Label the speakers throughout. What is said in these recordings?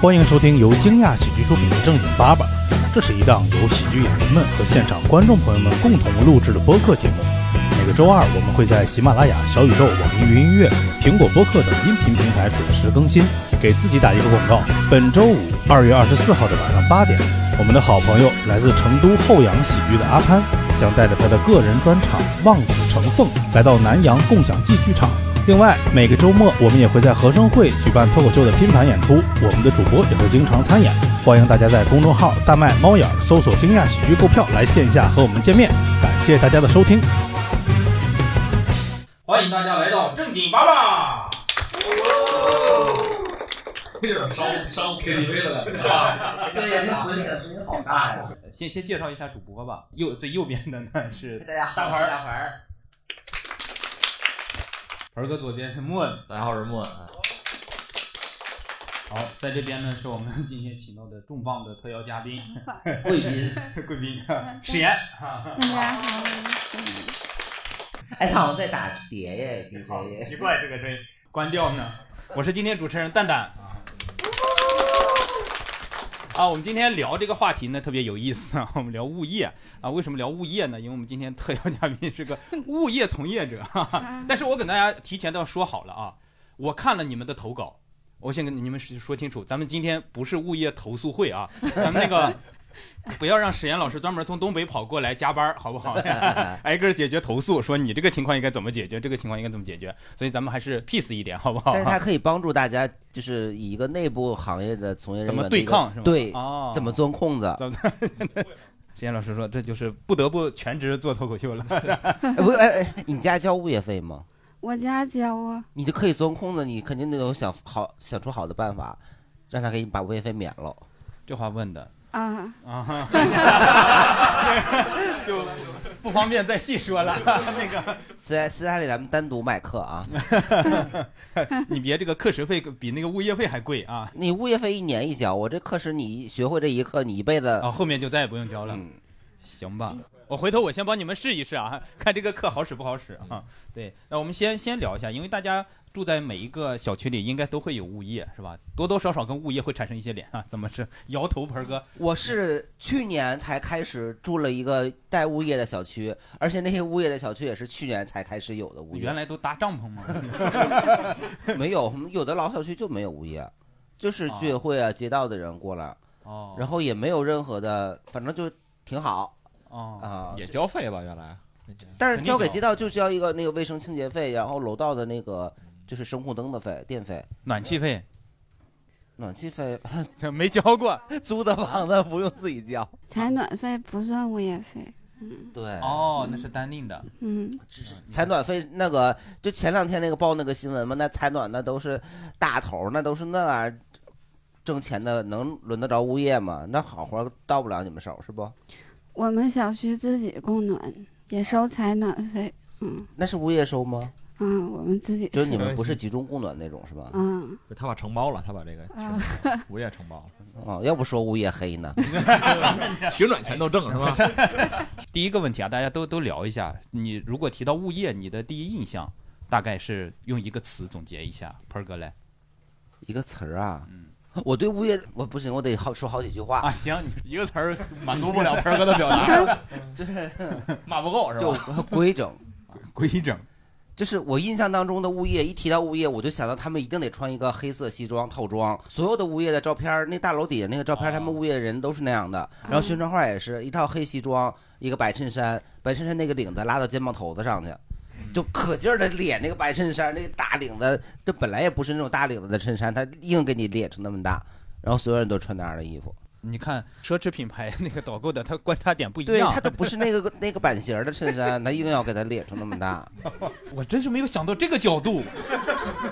Speaker 1: 欢迎收听由惊讶喜剧出品的《正经八百》，这是一档由喜剧演员们和现场观众朋友们共同录制的播客节目。每个周二，我们会在喜马拉雅、小宇宙、网易云音乐、苹果播客等音频平台准时更新。给自己打一个广告，本周五二月二十四号的晚上八点，我们的好朋友来自成都后阳喜剧的阿潘，将带着他的个人专场《望子成凤》来到南阳共享记剧场。另外，每个周末我们也会在和生会举办脱口秀的拼盘演出，我们的主播也会经常参演。欢迎大家在公众号“大麦猫眼”搜索“惊讶喜剧”购票来线下和我们见面。感谢大家的收听。
Speaker 2: 欢迎大家来到正经八爸。
Speaker 3: 哦
Speaker 2: 有点烧烧 KTV 的感觉啊！
Speaker 3: 对，这混响声音好大呀！
Speaker 2: 先先介绍一下主播吧，右最右边的呢是
Speaker 3: 大家好，
Speaker 2: 大
Speaker 3: 我
Speaker 2: 牌
Speaker 3: 是
Speaker 2: 儿，
Speaker 3: 大牌儿，
Speaker 2: 盆儿哥左边是莫恩，
Speaker 4: 大家好，我是莫恩。
Speaker 2: 好，在这边呢是我们今天请到的重磅的特邀嘉宾
Speaker 4: 贵宾，
Speaker 2: 贵宾啊史岩，
Speaker 5: 大家好，我是
Speaker 3: 哎，他好像在打碟耶，DJ
Speaker 2: 奇怪这个声音关掉呢，我是今天主持人蛋蛋。啊，我们今天聊这个话题呢，特别有意思啊。我 们聊物业啊，为什么聊物业呢？因为我们今天特邀嘉宾是个物业从业者，哈哈但是我跟大家提前都要说好了啊，我看了你们的投稿，我先跟你们说清楚，咱们今天不是物业投诉会啊，咱们那个不要让史岩老师专门从东北跑过来加班，好不好？ 挨个儿解决投诉，说你这个情况应该怎么解决，这个情况应该怎么解决，所以咱们还是 peace 一点，好不好
Speaker 6: 但？是它可以帮助大家，就是以一个内部行业的从业人
Speaker 2: 怎
Speaker 6: 员
Speaker 2: 么
Speaker 6: 的
Speaker 2: 对
Speaker 6: 一个
Speaker 2: 抗是吧？
Speaker 6: 对，
Speaker 2: 哦，
Speaker 6: 怎么钻空子？
Speaker 2: 石岩老师说，这就是不得不全职做脱口秀了。
Speaker 6: 哎 不，哎哎，你家交物业费吗？
Speaker 5: 我家教啊，
Speaker 6: 你就可以钻空子，你肯定得有想好想出好的办法，让他给你把物业费免了。
Speaker 2: 这话问的
Speaker 5: 啊，
Speaker 2: 啊， 就不方便再细说了。 那个，
Speaker 6: 私下私下里咱们单独买课啊，
Speaker 2: 你别这个课时费比那个物业费还贵啊！
Speaker 6: 你物业费一年一交，我这课时你学会这一课，你一辈子
Speaker 2: 啊，后面就再也不用交了。
Speaker 6: 嗯
Speaker 2: 行吧，我回头我先帮你们试一试啊，看这个课好使不好使啊。 对，那我们先先聊一下，因为大家住在每一个小区里，应该都会有物业是吧？多多少少跟物业会产生一些联啊。怎么是摇头盆儿哥？
Speaker 6: 我是去年才开始住了一个带物业的小区，而且那些物业的小区也是去年才开始有的物业
Speaker 2: 原。来都搭帐篷吗？
Speaker 6: 没有，有的老小区就没有物业，就是居委会啊、街道的人过来，
Speaker 2: 哦，
Speaker 6: 然后也没有任何的，反正就挺好
Speaker 2: 哦，
Speaker 6: 啊。
Speaker 4: 也交费吧？原来
Speaker 6: 但是
Speaker 2: 肯定
Speaker 6: 交给
Speaker 2: 有
Speaker 6: 街道就交一个那个卫生清洁费，然后楼道的那个就是声控灯的费、电费、
Speaker 2: 暖气费
Speaker 6: 暖气 费，
Speaker 2: 这没交过
Speaker 6: 租的房子不用自己交。
Speaker 5: 采暖费不算物业费，
Speaker 6: 对，
Speaker 2: 哦，那是单定的。
Speaker 5: 嗯，
Speaker 6: 只是采暖费那个，就前两天那个报那个新闻嘛，那采暖那都是大头，那都是那玩意儿挣钱的，能轮得着物业吗？那好活儿到不了你们手是不？
Speaker 5: 我们小区自己供暖，也收采暖费，嗯，
Speaker 6: 那是物业收吗？
Speaker 5: 啊，我们自己
Speaker 6: 就是你们不是集中供暖那种是吧？
Speaker 5: 嗯，
Speaker 4: 就他把承包了，他把这个
Speaker 5: 啊
Speaker 4: 物业承包了，
Speaker 6: 哦，要不说物业黑 呢？
Speaker 4: 取暖钱都挣是吧？
Speaker 2: 第一个问题啊，大家都都聊一下。你如果提到物业，你的第一印象大概是用一个词总结一下，盆儿哥来
Speaker 6: 一个词儿啊
Speaker 2: 嗯，
Speaker 6: 我对物业我不行，我得好说好几句话。
Speaker 2: 啊。行，你
Speaker 4: 一个词儿满足不了盆儿哥的表 达，
Speaker 6: 就是
Speaker 4: 骂不够是
Speaker 6: 就
Speaker 4: 吧？
Speaker 6: 规整，
Speaker 2: 规整
Speaker 6: 就是我印象当中的物业，一提到物业，我就想到他们一定得穿一个黑色西装套装。所有的物业的照片儿，那大楼底下那个照片儿，
Speaker 2: 哦
Speaker 6: 他们物业的人都是那样的。然后宣传画也是一套黑西装，一个白衬衫，白衬衫那个领子拉到肩膀头子上去。
Speaker 2: 嗯
Speaker 6: 就可劲儿的咧那个白衬衫，那个大领子，这本来也不是那种大领子的衬衫，它硬给你咧成那么大，然后所有人都穿那样 的衣服，
Speaker 2: 你看奢侈品牌那个导购的，他观察点不一
Speaker 6: 对，
Speaker 2: 样
Speaker 6: 它。都不是那个 那个版型儿的衬衫，它硬要给它咧成那么大，
Speaker 2: 我真是没有想到这个角度，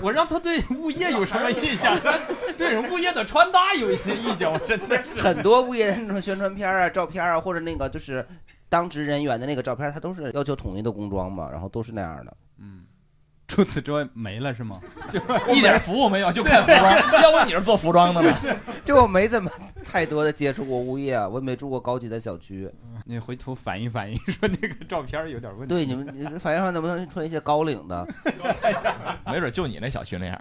Speaker 2: 我让他对物业有什么印象？ 对人物业的穿搭有一些意见，我真的是。
Speaker 6: 很多物业的那种宣传片儿啊、照片儿啊，或者那个就是当值人员的那个照片儿，它都是要求统一的工装嘛，然后都是那样的。
Speaker 2: 嗯，除此之外没了是吗？
Speaker 4: 一点服务没有，就看服 装。要不你是做服装的吗？
Speaker 6: 就我没怎么太多的接触过物业，我也没住过高级的小区。
Speaker 2: 你回头反映反映，说这个照片有点问题。
Speaker 6: 对，你们你们反映上能不能穿一些高领的？
Speaker 4: 没准就你那小区那样。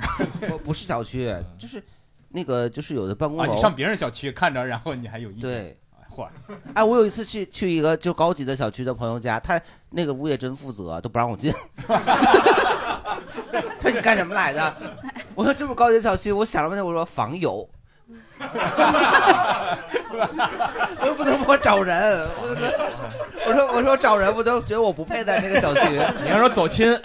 Speaker 6: 不不是小区，就是那个就是有的办公
Speaker 2: 啊，
Speaker 6: 楼，
Speaker 2: 你上别人小区看着，然后你还有意见，
Speaker 6: 对，
Speaker 2: 嚯，
Speaker 6: 哎，我有一次去去一个就高级的小区的朋友家，他那个物业真负责，都不让我进。 他说你干什么来的？我说这么高级的小区，我想了半天，我说访友。 我说不能我找人，我说我说我说找人，我都觉得我不配在那个小区。
Speaker 4: 你要说走亲，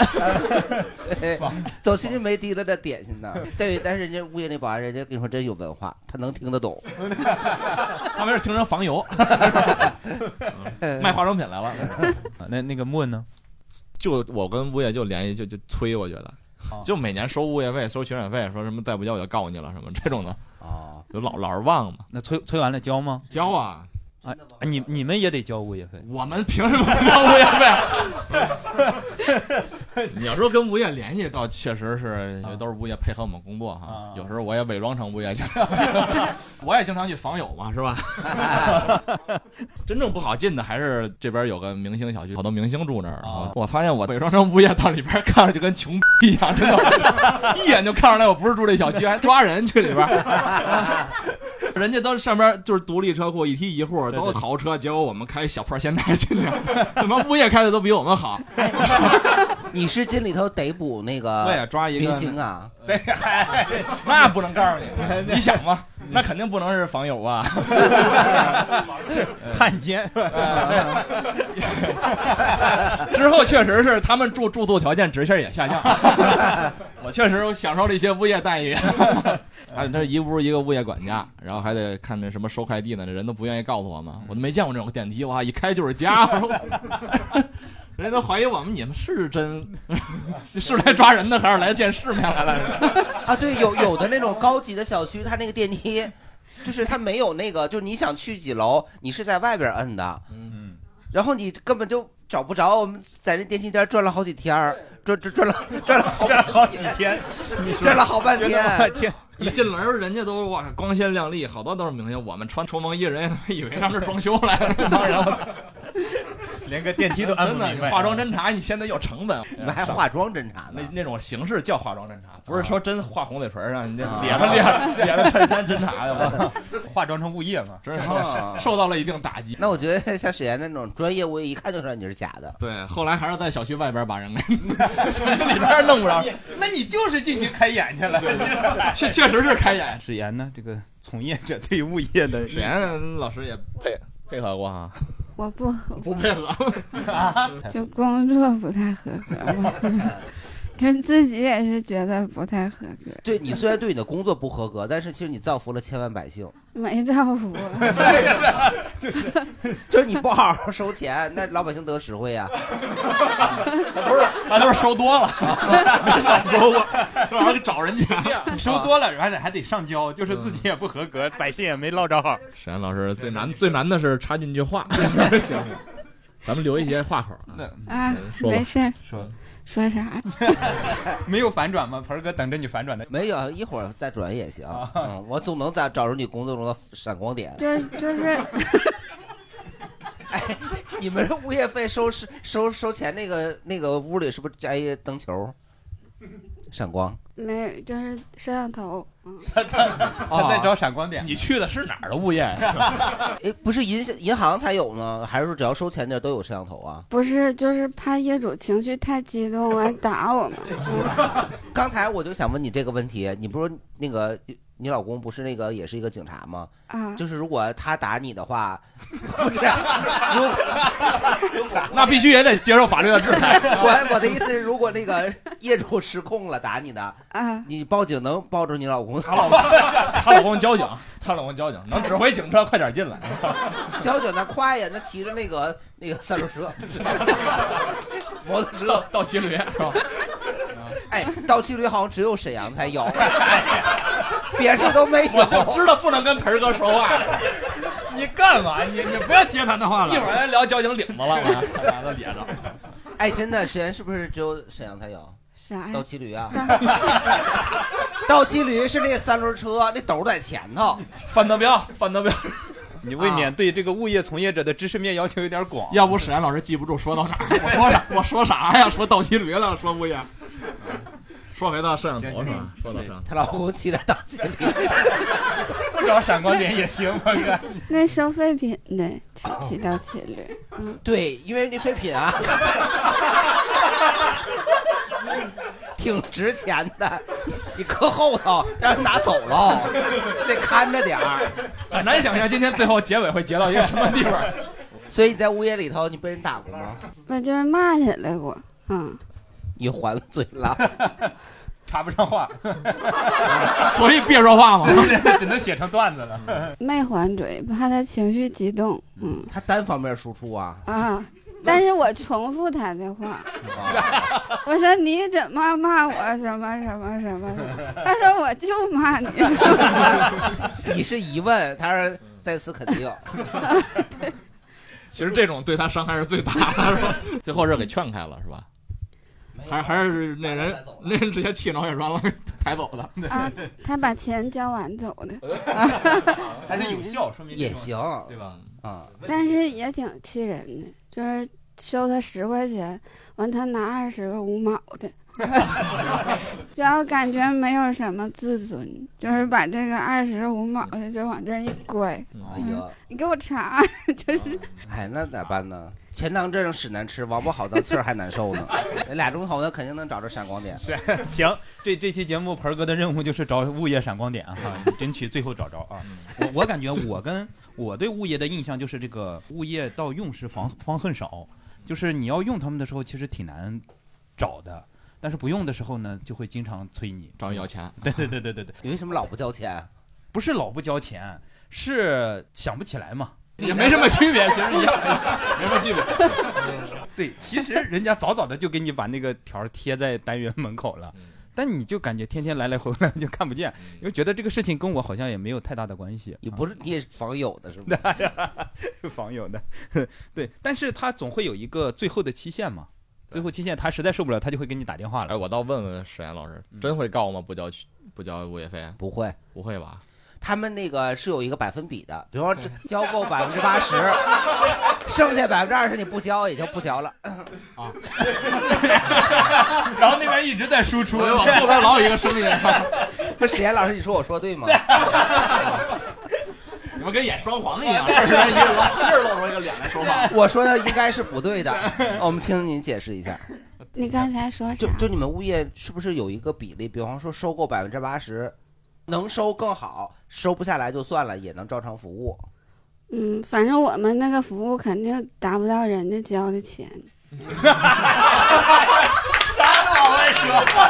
Speaker 6: 对走亲戚没提了这点心呢。对，但是人家物业那保安，人家跟你说真有文化，他能听得懂。
Speaker 4: 旁边停成房油，卖化妆品来了。
Speaker 2: 啊
Speaker 4: 那那个木呢？
Speaker 7: 就我跟物业就联系，就就催，我觉得
Speaker 2: 哦，
Speaker 7: 就每年收物业费、收取水费，说什么再不交我就告你了什么这种的，
Speaker 2: 哦，
Speaker 7: 就老老是忘嘛。
Speaker 2: 那催催完了交吗？
Speaker 7: 交啊，
Speaker 2: 啊，你你们也得交物业费，
Speaker 7: 我们凭什么不交物业费？ 你要说跟物业联系，倒确实是
Speaker 2: 啊
Speaker 7: 都是物业配合我们工作
Speaker 2: 啊
Speaker 7: 哈。有时候我也伪装成物业去，我也经常去访友嘛，是吧？ 真正不好进的还是这边有个明星小区，好多明星住那儿。然后
Speaker 2: 啊
Speaker 7: 我发现我伪装成物业到里边看着就跟穷一样，真的，一眼就看出来我不是 住这小区，还抓人去里边。 人家都上边就是独立车库，一梯一户，都
Speaker 4: 对
Speaker 7: 有豪车，结果我们开小破现代去了， 怎么物业开的都比我们好？
Speaker 6: 你是进里头逮捕那个
Speaker 7: 对，抓一
Speaker 6: 明
Speaker 7: 个
Speaker 6: 星啊？
Speaker 7: 对，嗨， 那不能告诉你，你想嘛，那肯定不能是访友啊。
Speaker 2: 汉奸，
Speaker 7: 之后确实是他们住住宿条件直线也下降，我确实享受了一些物业待遇。 啊，这一屋一个物业管家，然后还得看那什么收快递呢，这人都不愿意告诉我们，我都没见过这种电梯，哇，一开就是家。我说人家都怀疑我们，你们是真 是来抓人的，还是来见世面来了？
Speaker 6: 啊，对，有有的那种高级的小区，它那个电梯，就是它没有那个，就是你想去几楼，你是在外边摁的，
Speaker 2: 嗯，
Speaker 6: 然后你根本就找不着。我们在那电梯间转了好几天儿，转转转了转了好
Speaker 2: 这好几天，
Speaker 6: 转了好半
Speaker 2: 觉
Speaker 6: 天
Speaker 2: 得。我天，
Speaker 7: 一进门儿，人家都哇光鲜亮丽，好多都是明星。我们穿绸蒙衣，人家他妈以为他们是装修来的。 当然，我
Speaker 2: 连个电梯都按
Speaker 7: 真
Speaker 2: 不明
Speaker 7: 的
Speaker 2: 白，
Speaker 7: 化妆侦查，你现在要成本，
Speaker 6: 你们还化妆侦查
Speaker 7: 那
Speaker 6: 呢？啊
Speaker 7: 那种形式叫化妆侦查，不是说真画红嘴唇儿啊，你这脸吧脸吧脸吧衬衫侦查的， 我
Speaker 2: 化妆成物业嘛，
Speaker 7: 真是
Speaker 6: 啊
Speaker 7: 受到了一定打击。
Speaker 6: 那我觉得像沈岩那种专业，我一看就知道你是假的。
Speaker 7: 对，后来还是在小区外边把人给小区 里边儿弄不着，
Speaker 2: 那你就是进去开眼去了。
Speaker 7: 确确实是开眼。
Speaker 2: 史岩呢，这个从业者对于物业的
Speaker 7: 沈岩老师也配配合过啊，
Speaker 5: 我不合
Speaker 7: 不配合。
Speaker 5: 就工作不太合格，我 就自己也是觉得不太合格，
Speaker 6: 对你虽然对你的工作不合格，但是其实你造福了千万百姓。
Speaker 5: 没照顾。
Speaker 6: 就是你不好好收钱，那老百姓得实惠呀、
Speaker 7: 那都是收多了，没少收过，然后找人家。
Speaker 2: 你收多了，还得还得上交，就是自己也不合格，百姓也没落着好。
Speaker 7: 沈阳老师最难最难的是插进去话， 咱们留一些话口啊。
Speaker 5: 啊，
Speaker 7: 说吧
Speaker 5: 没事儿，
Speaker 7: 说
Speaker 5: 说啥？
Speaker 2: 没有反转吗？盆儿哥等着你反转的。
Speaker 6: 没有，一会儿再转 也行。嗯，我总能找找着你工作中的闪光点。
Speaker 5: 就是就是，
Speaker 6: 哎，你们这物业费收是收收钱那个那个屋里是不是加一个灯球？闪光
Speaker 5: 没就是摄像头，嗯，
Speaker 2: 他在
Speaker 6: 啊？
Speaker 2: 找闪光点，
Speaker 7: 哦你去的是哪儿的物业呀？
Speaker 6: 哎，不是银银行才有呢，还是说只要收钱的都有摄像头啊？
Speaker 5: 不是就是怕业主情绪太激动完打我们。嗯
Speaker 6: 刚才我就想问你这个问题，你不是那个你老公不是那个也是一个警察吗？
Speaker 5: 啊，
Speaker 6: 就是如果他打你的话，不是，如果
Speaker 7: 那必须也得接受法律的制裁。
Speaker 6: 我我的意思是，如果那个业主失控了打你的，
Speaker 5: 啊，
Speaker 6: 你报警能抱住你老公，
Speaker 7: 她老公，她老公交警，她老公交警能指挥警车快点进来。
Speaker 6: 交警那快呀，那骑着那个那个三 轮车，摩托车，
Speaker 7: 到骑驴是吧？
Speaker 6: 哎，倒骑驴好像只有沈阳 才有，别处都没
Speaker 7: 哎我就
Speaker 6: 有。
Speaker 7: 知道不能跟盆儿哥说话，
Speaker 2: 你干嘛？你你不要接他的话
Speaker 7: 一会儿聊交警领子了，啊我大家都憋着。
Speaker 6: 哎，真的，沈阳是不是只有沈阳才有
Speaker 5: 啥
Speaker 6: 倒
Speaker 5: 呀？
Speaker 6: 骑驴啊？倒骑驴是那三轮车，那斗在前头。
Speaker 7: 范德彪，范德彪，
Speaker 2: 你未免对这个物业从业者的知识面要求有点广。
Speaker 7: 要不史
Speaker 2: 哎
Speaker 7: 岩老师记不住说到哪儿，我说啥，我说啥呀？说倒骑驴了，说物业。说回到摄像头
Speaker 2: 行
Speaker 7: 是
Speaker 2: 行
Speaker 7: 吧？说到摄像头，
Speaker 6: 她老公骑着大吉 利，
Speaker 2: 不找闪光点也行，我看。
Speaker 5: 那收废品的提提到骑驴，嗯，
Speaker 6: 对，因为那废品啊，挺值钱的，你搁后头让人拿走喽，得看着点儿。
Speaker 7: 很难想象今天最后结尾会结到一个什么地方。
Speaker 6: 所以你在物业里头，你被人打过吗？
Speaker 5: 我就是骂起来过，嗯，
Speaker 6: 你还嘴了，
Speaker 2: 插不上话，
Speaker 7: 所以别说话 嘛。嗯
Speaker 2: 只能写成段 子了。
Speaker 5: 没还嘴，怕他情绪激动，嗯
Speaker 6: 他单方面输出啊。
Speaker 5: 啊。但是我重复他的 话，我说你怎么骂我什么什么什么什么？他说我就骂你，
Speaker 6: 你是疑问，他是再次肯 定。
Speaker 7: 其实这种对他伤害是最大的，是吧？ 最后是给劝开了，是吧？还还是那人那人直接气脑血栓了，抬走了。
Speaker 6: 嗯
Speaker 5: 啊，他把钱交完走的，
Speaker 6: 哎
Speaker 5: 啊
Speaker 2: 还是有效，说明这
Speaker 6: 也
Speaker 2: 种
Speaker 6: 行
Speaker 2: 对吧？
Speaker 6: 啊，
Speaker 5: 但是也挺气人的，就是收他十块钱，完他拿二十个五毛 的，主要感觉没有什么自尊，就是把这个二十五毛的就往这儿一拐，嗯
Speaker 6: 哎呀，
Speaker 5: 你给我查， 就是
Speaker 6: 哎，那咋办呢？钱当政屎难吃，王八好当刺儿还难受呢。俩钟头呢，肯定能找着闪光点。
Speaker 2: 行，这这期节目盆儿哥的任务就是找物业闪光点啊，争取最后找着啊。
Speaker 7: 嗯
Speaker 2: 我我感觉我跟我对物业的印象就是这个物业到用时方方恨少，就是你要用他们的时候其实挺难找的，但是不用的时候呢就会经常催你。
Speaker 7: 找人要钱，
Speaker 2: 对对对对对对，
Speaker 6: 你为什么老不交钱？啊
Speaker 2: 不是老不交钱，是想不起来嘛。
Speaker 7: 也没什么区别，其实一样，没什么区别。
Speaker 2: 对，其实人家早早的就给你把那个条儿贴在单元门口了
Speaker 7: 嗯，
Speaker 2: 但你就感觉天天来来回回就看不见，因为觉得这个事情跟我好像也没有太大的关系。
Speaker 6: 你
Speaker 2: 啊
Speaker 6: 不是嗯你也是访友的是吗？
Speaker 2: 访友的，对，但是他总会有一个最后的期限嘛。最后期限他实在受不了，他就会给你打电话
Speaker 7: 哎，
Speaker 2: 了。嗯
Speaker 7: 我倒问问史岩老师，真会告吗？不交不交物业费？啊
Speaker 6: 不会，
Speaker 7: 不会吧？
Speaker 6: 他们那个是有一个百分比的，比方说这交够百分之八十，剩下百分之二十你不交也就不交了。
Speaker 7: 啊
Speaker 2: 然后那边一直在输出
Speaker 7: 我往哎后边老有一个声音，
Speaker 6: 不是，史岩老师，你说我说对吗？
Speaker 7: 你们跟演双簧一 样，这人一个老这儿露出一个脸来说话。
Speaker 6: 我说的应该是不对的，我们听您解释一下。
Speaker 5: 你刚才说啥
Speaker 6: 就？就你们物业是不是有一个比例？比方说收购百分之八十，能收更好，收不下来就算了，也能照常服务。
Speaker 5: 嗯，反正我们那个服务肯定达不到人家交 的钱，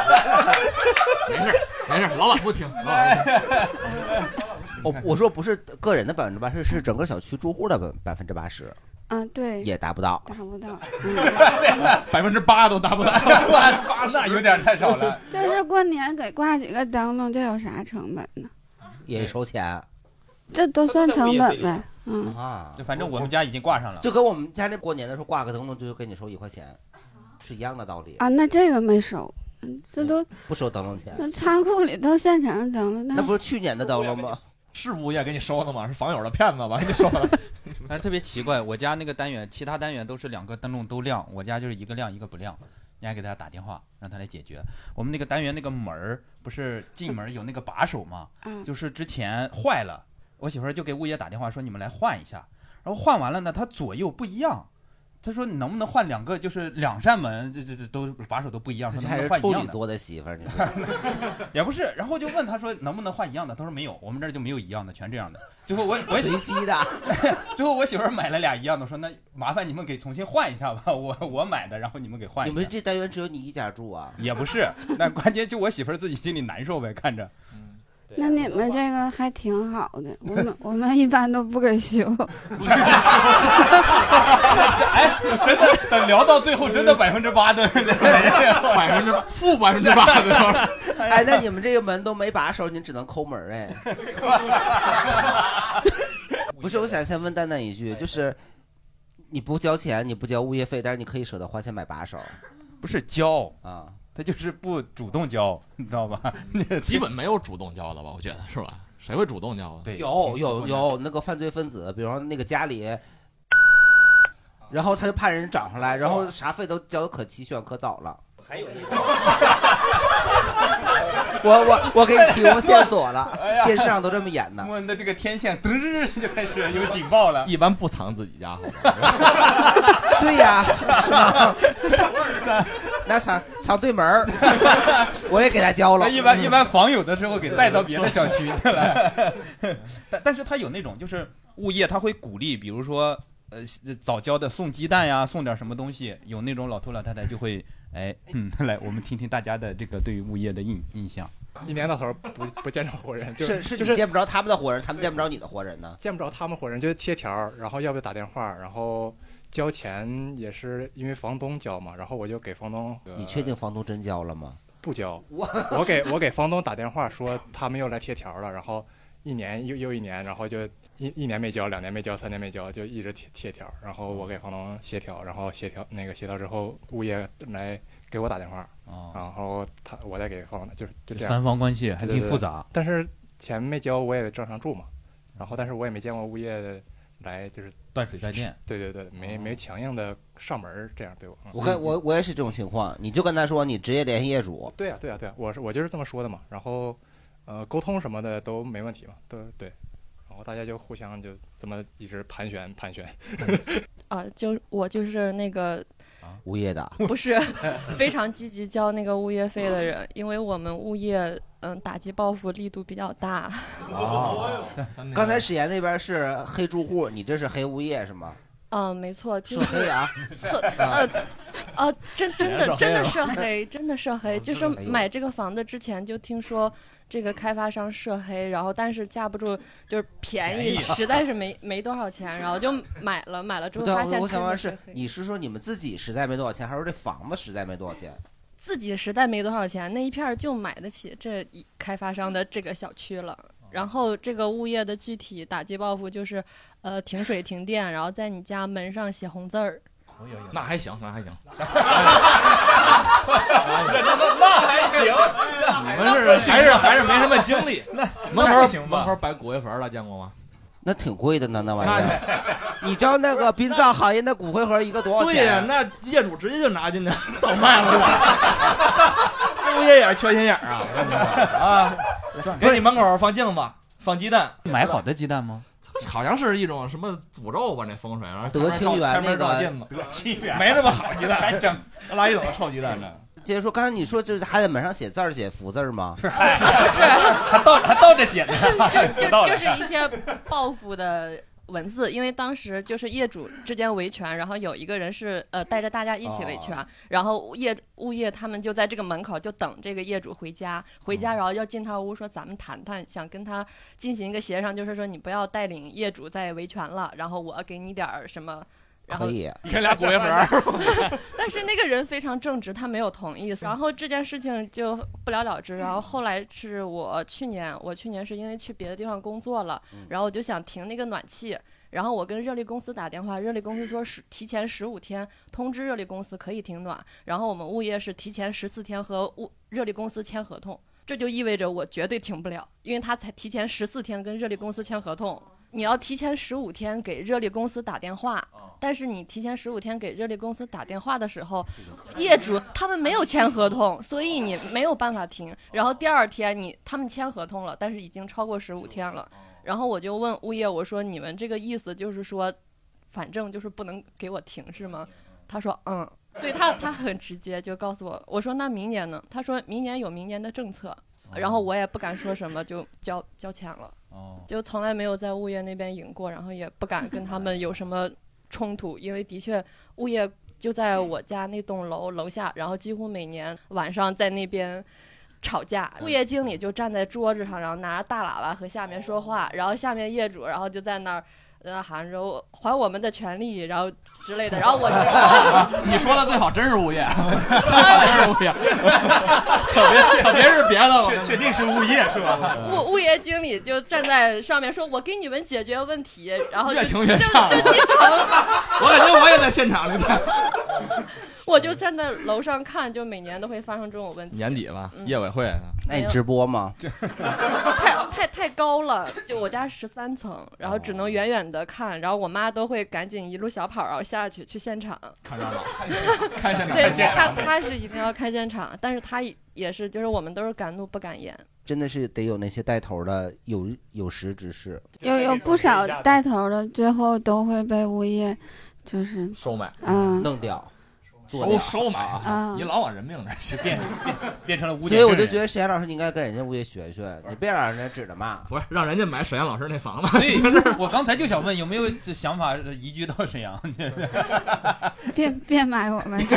Speaker 7: 没事没事，老板不听，老板不
Speaker 6: 我哦我说不是个人的百分之八十，是整个小区住户的百百分之八十
Speaker 5: 啊，对，
Speaker 6: 也达不到。
Speaker 5: 达 不到，嗯，
Speaker 7: 听，百分之八都达不到，
Speaker 2: 那有点太少了。
Speaker 5: 就是过年给挂几个灯笼，这有啥成本呢？
Speaker 6: 也收钱
Speaker 5: 这都算成本呗，嗯。
Speaker 6: 啊
Speaker 2: 就反正我们家已经挂上了，
Speaker 6: 就跟我们家那过年的时候挂个灯笼，就给你收一块钱，是一样的道理，
Speaker 5: 啊，那这个没收，嗯这都
Speaker 6: 不收灯笼钱。
Speaker 5: 那仓库里都现成灯了，
Speaker 6: 那
Speaker 5: 那
Speaker 6: 不是去年的灯笼吗？
Speaker 7: 是物业给你收的吗？是访友的骗子吧？ 给你收的。
Speaker 2: 但是特别奇怪，我家那个单元，其他单元都是两个灯笼都亮，我家就是一个亮一个不亮。你还给他打电话让他来解决。我们那个单元那个门儿不是进门有那个把手吗？
Speaker 5: 嗯
Speaker 2: 就是之前坏了，我媳妇儿就给物业打电话说你们来换一下，然后换完了呢，它左右不一样。她说：“你能不能换两个，就是两扇门，这这这都把手都不一样，说
Speaker 6: 这
Speaker 2: 能不能
Speaker 6: 还是
Speaker 2: 换一
Speaker 6: 处女
Speaker 2: 样的？
Speaker 6: 座的媳妇儿，你说
Speaker 2: 也不是。”然后就问她说：“能不能换一样的？”她说：“没有，我们这儿就没有一样的，全这样的。”最后我我
Speaker 6: 随机的，
Speaker 2: 最后我媳妇儿买了俩一样的，说：“那麻烦你们给重新换一下吧，我我买的，然后你们给换
Speaker 6: 你
Speaker 2: 一
Speaker 6: 们
Speaker 2: 下。
Speaker 6: 这单元只有你一家住啊”？
Speaker 2: 也不是，那关键就我媳妇儿自己心里难受呗，看着。
Speaker 5: 那你们这个还挺好的，我们我们一般都不给修，
Speaker 2: 真的，等聊到最后，真的百分之八的
Speaker 7: 百分之八，负百分之八的，
Speaker 6: 哎，那你们这个门都没把手，你只能抠门儿哎。不是，我想先问蛋蛋一句，就是你不交钱，你不交物业费，但是你可以舍得花钱买把手
Speaker 2: 不是交，
Speaker 6: 啊？
Speaker 2: 他就是不主动交，你知道吧？
Speaker 7: 基本没有主动交的吧？我觉得是吧？谁会主动交啊？
Speaker 2: 对
Speaker 6: 有有有那个犯罪分子，比方那个家
Speaker 2: 啊
Speaker 6: 里，然后他就怕人找上来，然后啥费都交的可齐全可早了。
Speaker 2: 还有一个，
Speaker 6: 我我我给你提供线索了
Speaker 2: 哎呀，
Speaker 6: 电视上都这么演的。
Speaker 2: 我的这个天线嘚儿就开始有警报了。
Speaker 7: 一般不藏自己家好。
Speaker 6: 对呀，是吗？那藏藏对门儿， 我也给他交了。
Speaker 2: 一般一般访友的时候给 带到别的小区去了，但但是他有那种就是物业他会鼓励，比如说呃早交的送鸡蛋呀，送点什么东西，有那种老头老太太就会哎嗯来我们听听大家的这个对于物业的印印象。
Speaker 8: 一年到头不不见着活人，就是
Speaker 6: 是
Speaker 8: 就
Speaker 6: 你
Speaker 8: 是
Speaker 6: 见不着他们的活人，他们见不着你的活人呢。
Speaker 8: 见不着他们活人，就贴条儿，然后要不就打电话，然后交钱也是因为房东交嘛，然后我就给房东。呃
Speaker 6: 你确定房东真交了吗？
Speaker 8: 不交？我我给我给房东打电话说他们又来贴条儿了，然后一年又又一年，然后就一一年没交，两年没交，三年没交，就一直贴贴条儿。然后我给房东协调，然后协调那个协调之后，物业来给我打电话，
Speaker 2: 哦，
Speaker 8: 然后他我再给房东，就是就
Speaker 2: 这
Speaker 8: 这样。
Speaker 2: 三方关系还挺复杂。
Speaker 8: 但是钱没交，我也正常住嘛。然后，但是我也没见过物业来，就是
Speaker 2: 断水哦断电，
Speaker 8: 对对对，没没强硬的上门儿这样对我。嗯
Speaker 6: 我跟我我也是这种情况，你就跟他说你直接联系业主，
Speaker 8: 对呀、啊对呀、对呀、我是我就是这么说的嘛。然后，呃，沟通什么的都没问题嘛，都对。然后大家就互相就这么一直盘旋盘旋。
Speaker 9: 啊，就我就是那个
Speaker 6: 物业的
Speaker 9: 不是 非常积极交那个物业费的人，因为我们物业嗯打击报复力度比较大，
Speaker 6: 哦刚才史岩那边是黑住户，你这是黑物业是吗？
Speaker 9: 嗯，没错，
Speaker 6: 是
Speaker 9: 就是
Speaker 6: 黑啊，
Speaker 9: 特呃呃，真真
Speaker 7: 是黑
Speaker 9: 的真
Speaker 7: 了
Speaker 9: 的涉黑，真的涉
Speaker 6: 啊
Speaker 9: 黑，就是
Speaker 6: 黑
Speaker 9: 买这个房子之前就听说这个开发商涉黑，然后但是架不住就是便
Speaker 2: 便宜
Speaker 9: 宜，实在是没没多少钱，然后就买了，买了之
Speaker 6: 不
Speaker 9: 后
Speaker 6: 对，
Speaker 9: 发
Speaker 6: 我
Speaker 9: 现
Speaker 6: 我想
Speaker 9: 真
Speaker 6: 问
Speaker 9: 的
Speaker 6: 是
Speaker 9: 涉，黑
Speaker 6: 你是说你们自己实在没多少钱，还是说这房子实在没多少钱？
Speaker 9: 自己实在没多少钱，那一片儿就买得起这一开发商的这个小区了。然后这个物业的具体打击报复就是，呃，停水停电，然后在你家门上写红字儿。
Speaker 7: 那还行，那还 行。
Speaker 2: 那还行，
Speaker 7: 你们是还是还是没什么精力。门
Speaker 2: 那还
Speaker 7: 口
Speaker 2: 行吧
Speaker 7: 门口摆骨灰盒了，见过吗？
Speaker 6: 那挺贵的呢，那玩意儿。你知道那个殡葬行业那骨灰盒一个多少
Speaker 7: 对呀，
Speaker 6: 钱？啊
Speaker 7: 那业主直接就拿进去倒卖了。 这物业也是缺心眼儿啊！我跟你说 啊，给你门口放镜子，放鸡蛋，
Speaker 2: 买好的鸡蛋吗？
Speaker 7: 好像是一种什么诅咒吧？那风水，然后
Speaker 6: 德清园
Speaker 7: 开门照
Speaker 6: 那个
Speaker 7: 镜子，
Speaker 2: 得七元
Speaker 7: 没那么好鸡蛋，
Speaker 2: 还整
Speaker 7: 垃圾桶的臭鸡 蛋呢。
Speaker 6: 接着说，刚才你说就是还在门上写字儿、写福字儿吗？
Speaker 9: 不是，
Speaker 2: 还倒还倒着写呢，
Speaker 9: 就
Speaker 2: 道
Speaker 9: 就
Speaker 2: 理
Speaker 9: 就是一些报复的文字，因为当时就是业主之间维权，然后有一个人是呃带着大家一起维权，然后业物业他们就在这个门口就等这个业主回家，回家然后要进他屋说咱们谈谈，想跟他进行一个协商，就是说你不要带领业主再维权了，然后我给你点儿什么。然后
Speaker 6: 可，以，
Speaker 7: 你看俩骨 灰盒，
Speaker 9: 但是那个人非常正直，他没有同意，然后这件事情就不了了之。然后后来是我去年，我去年是因为去别的地方工作了
Speaker 6: 嗯，
Speaker 9: 然后我就想停那个暖气，然后我跟热力公司打电话，热力公司说是提前十五天通知热力公司可以停暖，然后我们物业是提前十四天和物热力公司签合同，这就意味着我绝对停不了，因为他才提前十四天跟热力公司签合同。你要提前十五天给热力公司打电话，但是你提前十五天给热力公司打电话的时候，业主他们没有签合同，所以你没有办法停。然后第二天你他们签合同了，但是已经超过十五天了。然后我就问物业，我说你们这个意思就是说，反正就是不能给我停是吗？他说嗯，对他他很直接就告诉我，我说那明年呢？他说明年有明年的政策。然后我也不敢说什么，就交交钱了，
Speaker 2: 哦，
Speaker 9: 就从来没有在物业那边赢过，然后也不敢跟他们有什么冲突，因为的确物业就在我家那栋楼楼下，然后几乎每年晚上在那边吵架，物业经理就站在桌子上，然后拿着大喇叭和下面说话，然后下面业主然后就在那儿。呃，喊着我还我们的权利，然后之类的，然后我
Speaker 7: 啊你说的最好，真是物 业，真好是物业，可别可别是别的了。
Speaker 2: 确确定是物业是吧？
Speaker 9: 物物业经理就站在上面说：“我给你们解决问题。”然后就
Speaker 7: 越听越
Speaker 9: 就
Speaker 7: 像
Speaker 9: 就经常，
Speaker 7: 我感觉我也在现场呢。
Speaker 9: 我就站在楼上看，就每年都会发生这种问题。
Speaker 7: 年底吧
Speaker 9: 嗯，
Speaker 7: 业委会
Speaker 6: 那你直播吗？
Speaker 9: 太太太高了，就我家十三层，然后只
Speaker 2: 哦
Speaker 9: 能远远的看，然后我妈都会赶紧一路小跑儿然后下去去现场。
Speaker 7: 看 热闹，
Speaker 2: 看现场
Speaker 9: 对
Speaker 2: 看现
Speaker 9: 他
Speaker 2: 场
Speaker 9: 他是一定要看现场，但是他也是就是我们都是敢怒不敢言。
Speaker 6: 真的是得有那些带头的，有有识之士。
Speaker 5: 有有不少带头的，最后都会被物业就是
Speaker 7: 收买
Speaker 5: 嗯，
Speaker 6: 弄掉，做
Speaker 7: 收
Speaker 6: 掉
Speaker 7: 收买
Speaker 5: 啊，
Speaker 7: 你老往人命 那儿想，变变成了污
Speaker 6: 所
Speaker 7: 点。
Speaker 6: 以我就觉得沈岩老师，你应该跟人家物业学学，你别老让人家指着骂。
Speaker 7: 不是让人家买沈阳老师那房子，
Speaker 2: 所以我刚才就想问，有没有这想法呃移居到 沈阳？
Speaker 5: 别别买我们小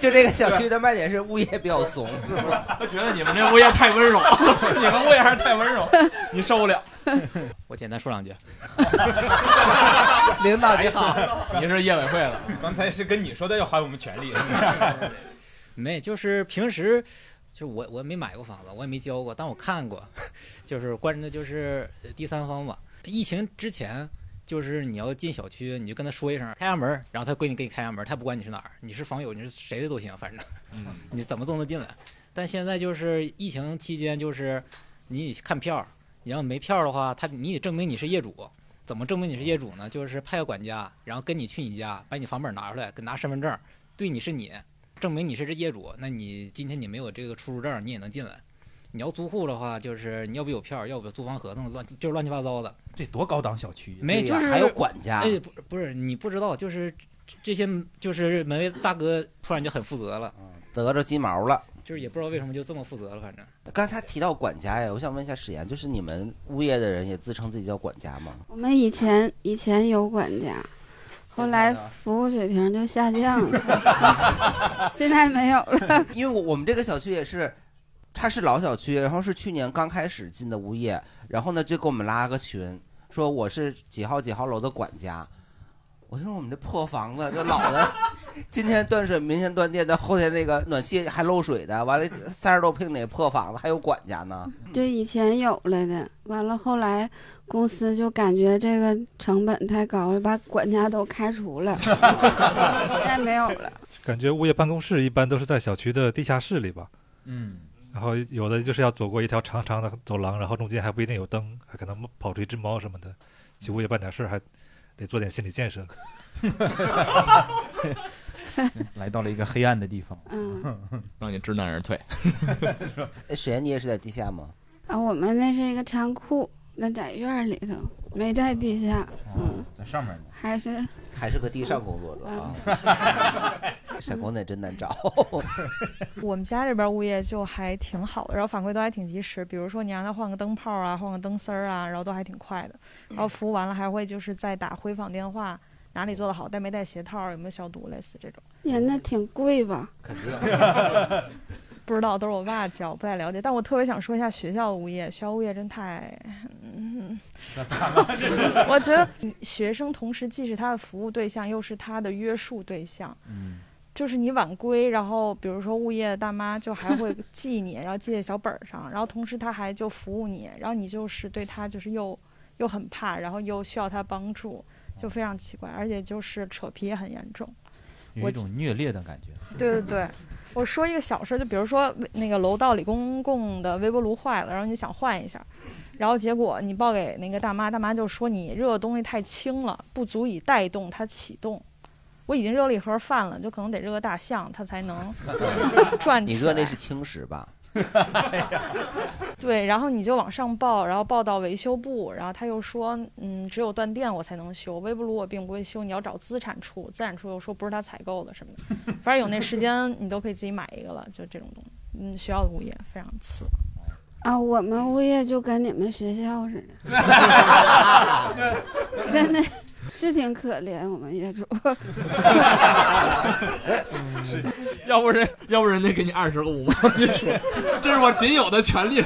Speaker 6: 就这个小区的卖点是物业比 较怂，是吧？
Speaker 7: 他觉 得你们这物业太温柔， 你们物业还是太温柔，你受不了。
Speaker 10: 我简单说两句。
Speaker 6: 领导你好，
Speaker 7: 你是业委会了，
Speaker 2: 刚才是跟你说的要还我们 权利，
Speaker 10: 没，就是平时，就我我没买过房子，我也没交过，但我看过， 就是关注的就是呃第三方吧。疫情之前，就是你要进小区，你就跟他说一声，开下门儿，然后他闺女给你开下门儿，他不管你是哪儿，你是房友，你是谁的都行，反正
Speaker 7: 嗯，
Speaker 10: 你怎么都能进来。但现在就是疫情期间，就是你得看票儿，你要没票儿的话，他你得证明你是业主。怎么证明你是业主呢？就是派个管家，然后跟你去你家，把你房本拿出来，跟拿身份证儿，对你是你，证明你是这业主，那你今天你没有这个出入证，你也能进来。你要租户的话，就是你要不有票，要不有租房合同，乱就是乱七八糟的。
Speaker 2: 这多高档小区呀！啊
Speaker 10: 没，
Speaker 6: 对
Speaker 10: 就
Speaker 6: 呀
Speaker 10: 是
Speaker 6: 还有管家，
Speaker 10: 哎，不不是你不知道，就是这这些就是门卫大哥突然就很负责了，
Speaker 6: 得着鸡毛了。
Speaker 10: 就是也不知道为什么就这么负责了，反正
Speaker 6: 刚才他提到管家呀，我想问一下史岩，就是你们物业的人也自称自己叫管家吗？
Speaker 5: 我们以前以前有管家，后来
Speaker 2: 现在呢
Speaker 5: 服务水平就下降了， 现在没有了。
Speaker 6: 因为我我们这个小区也是，它是老小区，然后是去年刚开始进的物业，然后呢就给我们拉个群，说我是几号几号楼的管家。我说我们这破房子，这老的， 今天断水，明天断电的，后天那个暖气还漏水的，完了三十多平的破房子还有管家呢。
Speaker 5: 就以前有来的，完了后来公司就感觉这个成本太高了，把管家都开除了，现在没有了。
Speaker 11: 感觉物业办公室一般都是在小区的地下室里吧，
Speaker 2: 嗯，
Speaker 11: 然后有的就是要走过一条长长的走廊，然后中间还不一定有灯，还可能跑出一只猫什么的。去物业办点事儿还得做点心理 建设。
Speaker 2: 来到了一个黑暗的地方。
Speaker 5: 嗯
Speaker 7: 让你知难而退。
Speaker 6: 哎史岩，你也是在地下吗？
Speaker 5: 啊，我们那是一个仓库，那在院儿里头，没在地下，嗯，
Speaker 2: 在上面呢。
Speaker 5: 还是嗯
Speaker 6: 还是个地上工作者啊？ 闪光点真难找。
Speaker 12: 我们家这边物业就还挺好的，然后反馈都还挺及时。比如说你让他换个灯泡啊，换个灯丝儿啊，然后都还挺快的。然后服务完了还会就是再打回访电话，哪里做的好，带没带鞋套，有没有消毒，类似这种。
Speaker 5: 呀，那挺贵吧？
Speaker 6: 肯定。
Speaker 12: 不知道都是我爸教，不太了解。但我特别想说一下学校的物业，学校物业真太……嗯， 我觉得学生同时既是他的服务对象，又是他的约束对象。
Speaker 2: 嗯，
Speaker 12: 就是你晚归，然后比如说物业大妈就还 会记你，然后记在小本儿上，然后同时她还就服务你，然后你就是对她就是又又很怕，然后又需要她帮助，
Speaker 2: 哦
Speaker 12: 就非常奇怪，而且就是扯皮也很严重。
Speaker 2: 有一种虐恋的感觉。
Speaker 12: 对对对，我说一个小事儿，就比如说微那个楼道里公共的微波炉坏了，然后你想换一下，然后结果你报给那个大妈，大妈就说你热的东西太轻了，不足以带动它启动。我已经热了一盒饭了，就可能得热个大象，它才能转
Speaker 6: 你
Speaker 12: 起
Speaker 6: 热
Speaker 12: 来。
Speaker 6: 那是青石吧？
Speaker 12: 对，然后你就往上报，然后报到维修部，然后他又说，嗯，只有断电我才能修，微波炉我并不会修，你要找资产处，资产处又说不是他采购的什么的， 反正有那时间你都可以自己买一个了，就这种东西。嗯，学校的物业非常次，
Speaker 5: 啊，我们物业就跟你们学校似 的，真的是挺可怜我们业 主。
Speaker 7: 要不人，要不人家给你二十个五 毛，你数，这是我仅有的权利，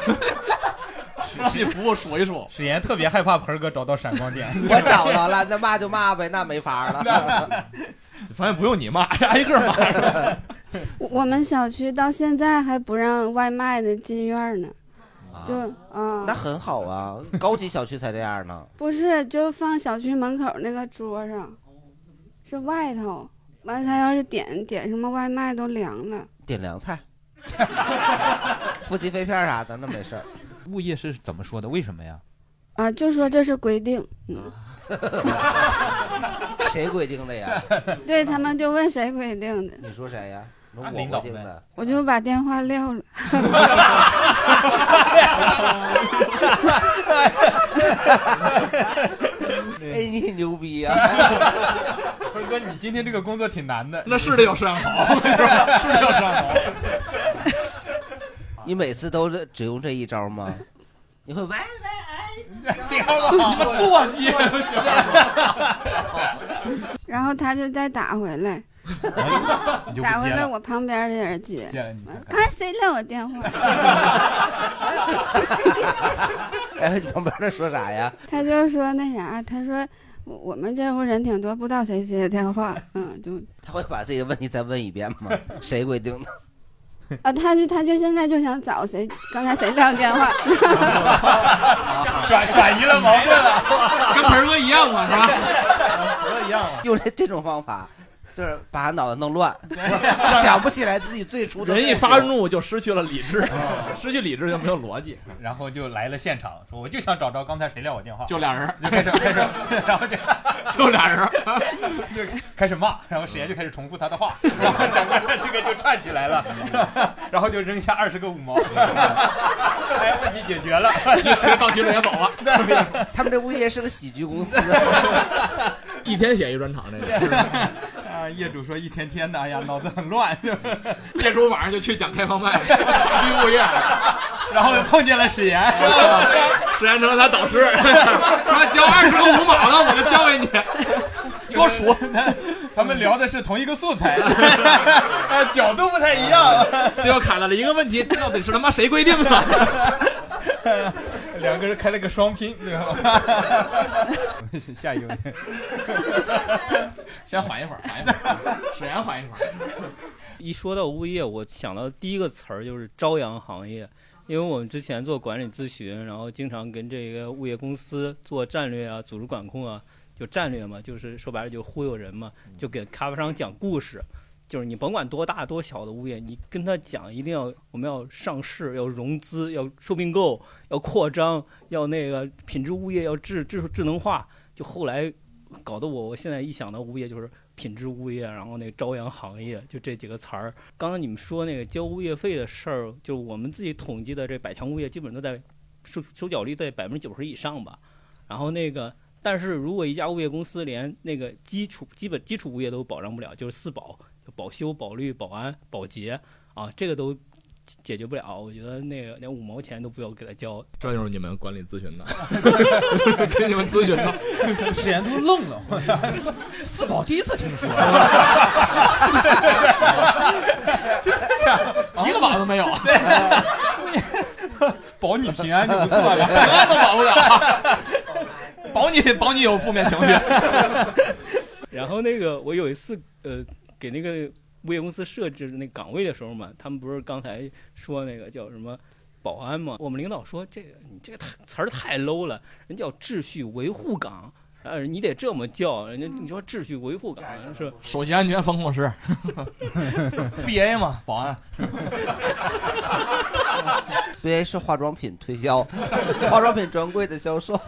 Speaker 7: 让你服务数一数。
Speaker 2: 史岩特别害怕盆儿哥找到闪光点，
Speaker 6: 我找到了，那骂就骂呗，那没法 了。
Speaker 7: 发现不用你骂，挨个 骂。
Speaker 5: 我我们小区到现在还不让外卖的进院儿呢，
Speaker 2: 啊
Speaker 5: 就嗯
Speaker 6: 那，很好啊，高级小区才这样呢。
Speaker 5: 不是就放小区门口那个桌上，是外头。完了，他要是点点什么外卖都凉了。
Speaker 6: 点凉菜、夫妻肺片啥的，那没事儿。
Speaker 2: 物业是怎么说的？为什么呀？
Speaker 5: 啊，就说这是规定，嗯，
Speaker 6: 谁规定的呀？
Speaker 5: 对他们就问谁规定的，
Speaker 6: 你说谁
Speaker 2: 啊
Speaker 6: 呀？那
Speaker 5: 领
Speaker 6: 我
Speaker 5: 导
Speaker 6: 规定 的。
Speaker 5: 我就把电话撂了。
Speaker 6: 哎，你牛逼呀、
Speaker 2: 坤哥，你今天这个工作挺难的。
Speaker 7: 那是得有摄像头， 是得有摄像头。
Speaker 6: 你每次都是只用这一招吗？你会喂喂哎，
Speaker 2: 行了，你们座机也不行。
Speaker 5: 然后他就再打回来，
Speaker 2: 你就不接了
Speaker 5: 打回来我旁边的人接，嗯
Speaker 2: 接了你看看
Speaker 5: 看谁撂我电话，
Speaker 6: 哎，你旁边的说啥呀？
Speaker 5: 他就说那啥，他说我我们这屋人挺多，不知道谁接电话，嗯，就
Speaker 6: 他会把自己的问题再问一遍吗？谁规定的？
Speaker 5: 啊，他就他就现在就想找谁，刚才谁撂电话，
Speaker 2: 转转哎移了矛盾了，跟盆哥一样嘛，是吧？
Speaker 6: 和一样用这这种方法，就是把脑袋弄乱， 想不起来自己最初的
Speaker 7: 人一
Speaker 6: 诉求
Speaker 7: 发怒就失去了理智， 失去理智就没有逻辑。
Speaker 2: 啊 然后就来了现场，说我就想找着刚才谁撂我电话，
Speaker 7: 就俩人
Speaker 2: 就开始开始， 然后就
Speaker 7: 就俩人
Speaker 2: 就开始骂，然后史岩就开始重复他的话，然后整个这个就 串起 来了，然后就扔下二十个五毛，哎，问题解决 了，
Speaker 7: 骑骑着倒骑着也走了。
Speaker 6: 他们这物业是个喜剧公司，
Speaker 7: 一天写一专场，这个
Speaker 2: 啊，业主说一天天的，哎 呀，脑子很乱，就是
Speaker 7: 业主晚上就去讲开放麦，傻逼物业，
Speaker 2: 然后又碰见了史岩，
Speaker 7: 史岩成了他导 师，说交二十个五毛呢，我就交给你，你给我数。
Speaker 2: 他们聊的是同一个 素材，啊，角度不太一样，
Speaker 7: 最后卡到了一个问题，到底是他妈谁规定的？
Speaker 2: 两个人开了个双拼，对 吧？下一位，
Speaker 7: 先缓一会儿，缓一会儿，史岩缓一会儿。
Speaker 13: 一说到物业，我想到第一个词儿就是朝阳行业，因为我们之前做管理咨询，然后经常跟这个物业公司做战略啊、组织管控啊，就战略嘛，就是说白了就忽悠人嘛，就给开发商讲故事，就是你甭管多大多小的物业，你跟他讲一定要我们要上市、要融资、要收并购、要扩张、要那个品质物业要智智智能化，就后来搞得我我现在一想到物业就是品质物业，然后那个朝阳行业，就这几个词儿。刚刚你们说那个交物业费的事儿，就是我们自己统计的，这百强物业基本都在收收缴率在百分之九十以上吧。然后那个，但是如果一家物业公司连那个基础基本基础物业都保障不了，就是四保，就保修、保绿、保安、保洁啊，这个都解决不了。我觉得那个连五毛钱都不要给他交，
Speaker 7: 这就是你们管理咨询的， 给你们咨询的。
Speaker 2: 史岩都愣了， 四四宝第一 次听说， 哦
Speaker 7: 一个宝都没有，
Speaker 2: 保你平 安就不错了，平
Speaker 7: 安都保不了， 保你保你有负面情绪。
Speaker 13: 然后那个我有一次呃给那个物业公司设置那岗位的时候嘛，他们不是刚才说那个叫什么保安嘛，我们领导说这个你这个太词儿太 low 了，人叫秩序维护岗。呃，你得这么叫，人家你说秩序维护岗是吧
Speaker 7: 首席安全防控师 ，BA 嘛，保安。
Speaker 6: 别是化妆品推销，化妆品专柜的销售。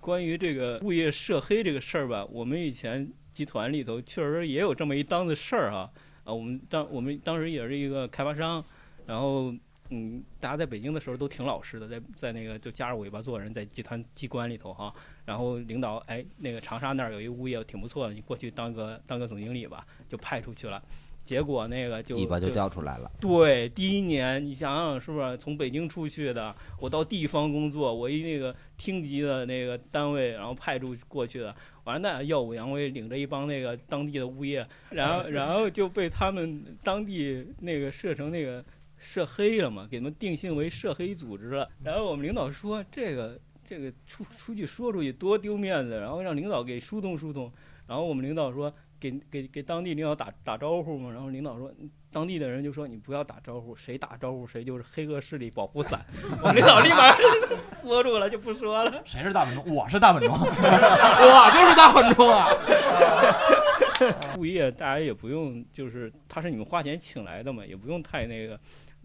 Speaker 13: 关于这个物业涉黑这个事儿吧，我们以前集团里头确实也有这么一档子事儿啊。啊，我们当我们当时也是一个开发商，然后嗯，大家在北京的时候都挺老实的，在在那个就夹着尾巴做人，在集团机关里头哈、然后领导哎，那个长沙那儿有一物业挺不错的，你过去当个当个总经理吧，就派出去了。结果那个就
Speaker 6: 尾巴就掉出来了
Speaker 13: 对，第一年你想想是不是从北京出去的，我到地方工作，我一那个厅级的那个单位，然后派驻过去的，完了耀武扬威，领着一帮那个当地的物业，然后然后就被他们当地那个设成那个涉黑了嘛，给他们定性为涉黑组织了。然后我们领导说这个这个出出去说出去多丢面子，然后让领导给疏通疏通。然后我们领导说给给给当地领导打打招呼嘛，然后领导说当地的人就说你不要打招呼，谁打招呼谁就是黑恶势力保护伞。我们领导立马 缩住了，就不说了。
Speaker 7: 谁是大本钟？我是大本钟， 我就是大本钟 啊！
Speaker 13: 物业大家也不用，就是他是你们花钱请来的嘛，也不用太那个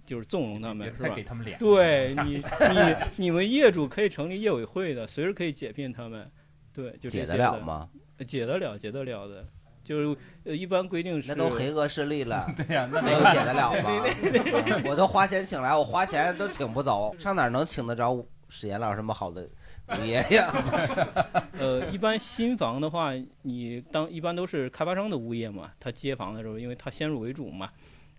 Speaker 13: 就是纵容他们，是
Speaker 2: 太
Speaker 13: 吧？
Speaker 2: 给他们脸
Speaker 13: 对你，你你们业主可以成立业委会的，随时可以解聘他们。对，就这
Speaker 6: 解得
Speaker 13: 些的
Speaker 6: 了吗？
Speaker 13: 呃解得了，解得了的。就是呃，一般规定是
Speaker 6: 那都黑恶势力 了，
Speaker 2: 对呀、
Speaker 13: 那没
Speaker 6: 能
Speaker 13: 办
Speaker 6: 解得了
Speaker 13: 法
Speaker 6: 吗？我都花钱请来，我花钱都请不走，上哪儿能请得着史岩老师这么好的五爷呀？
Speaker 13: 呃，一般新房的话，你当一般都是开发商的物业嘛，他接房的时候，因为他先入为主嘛。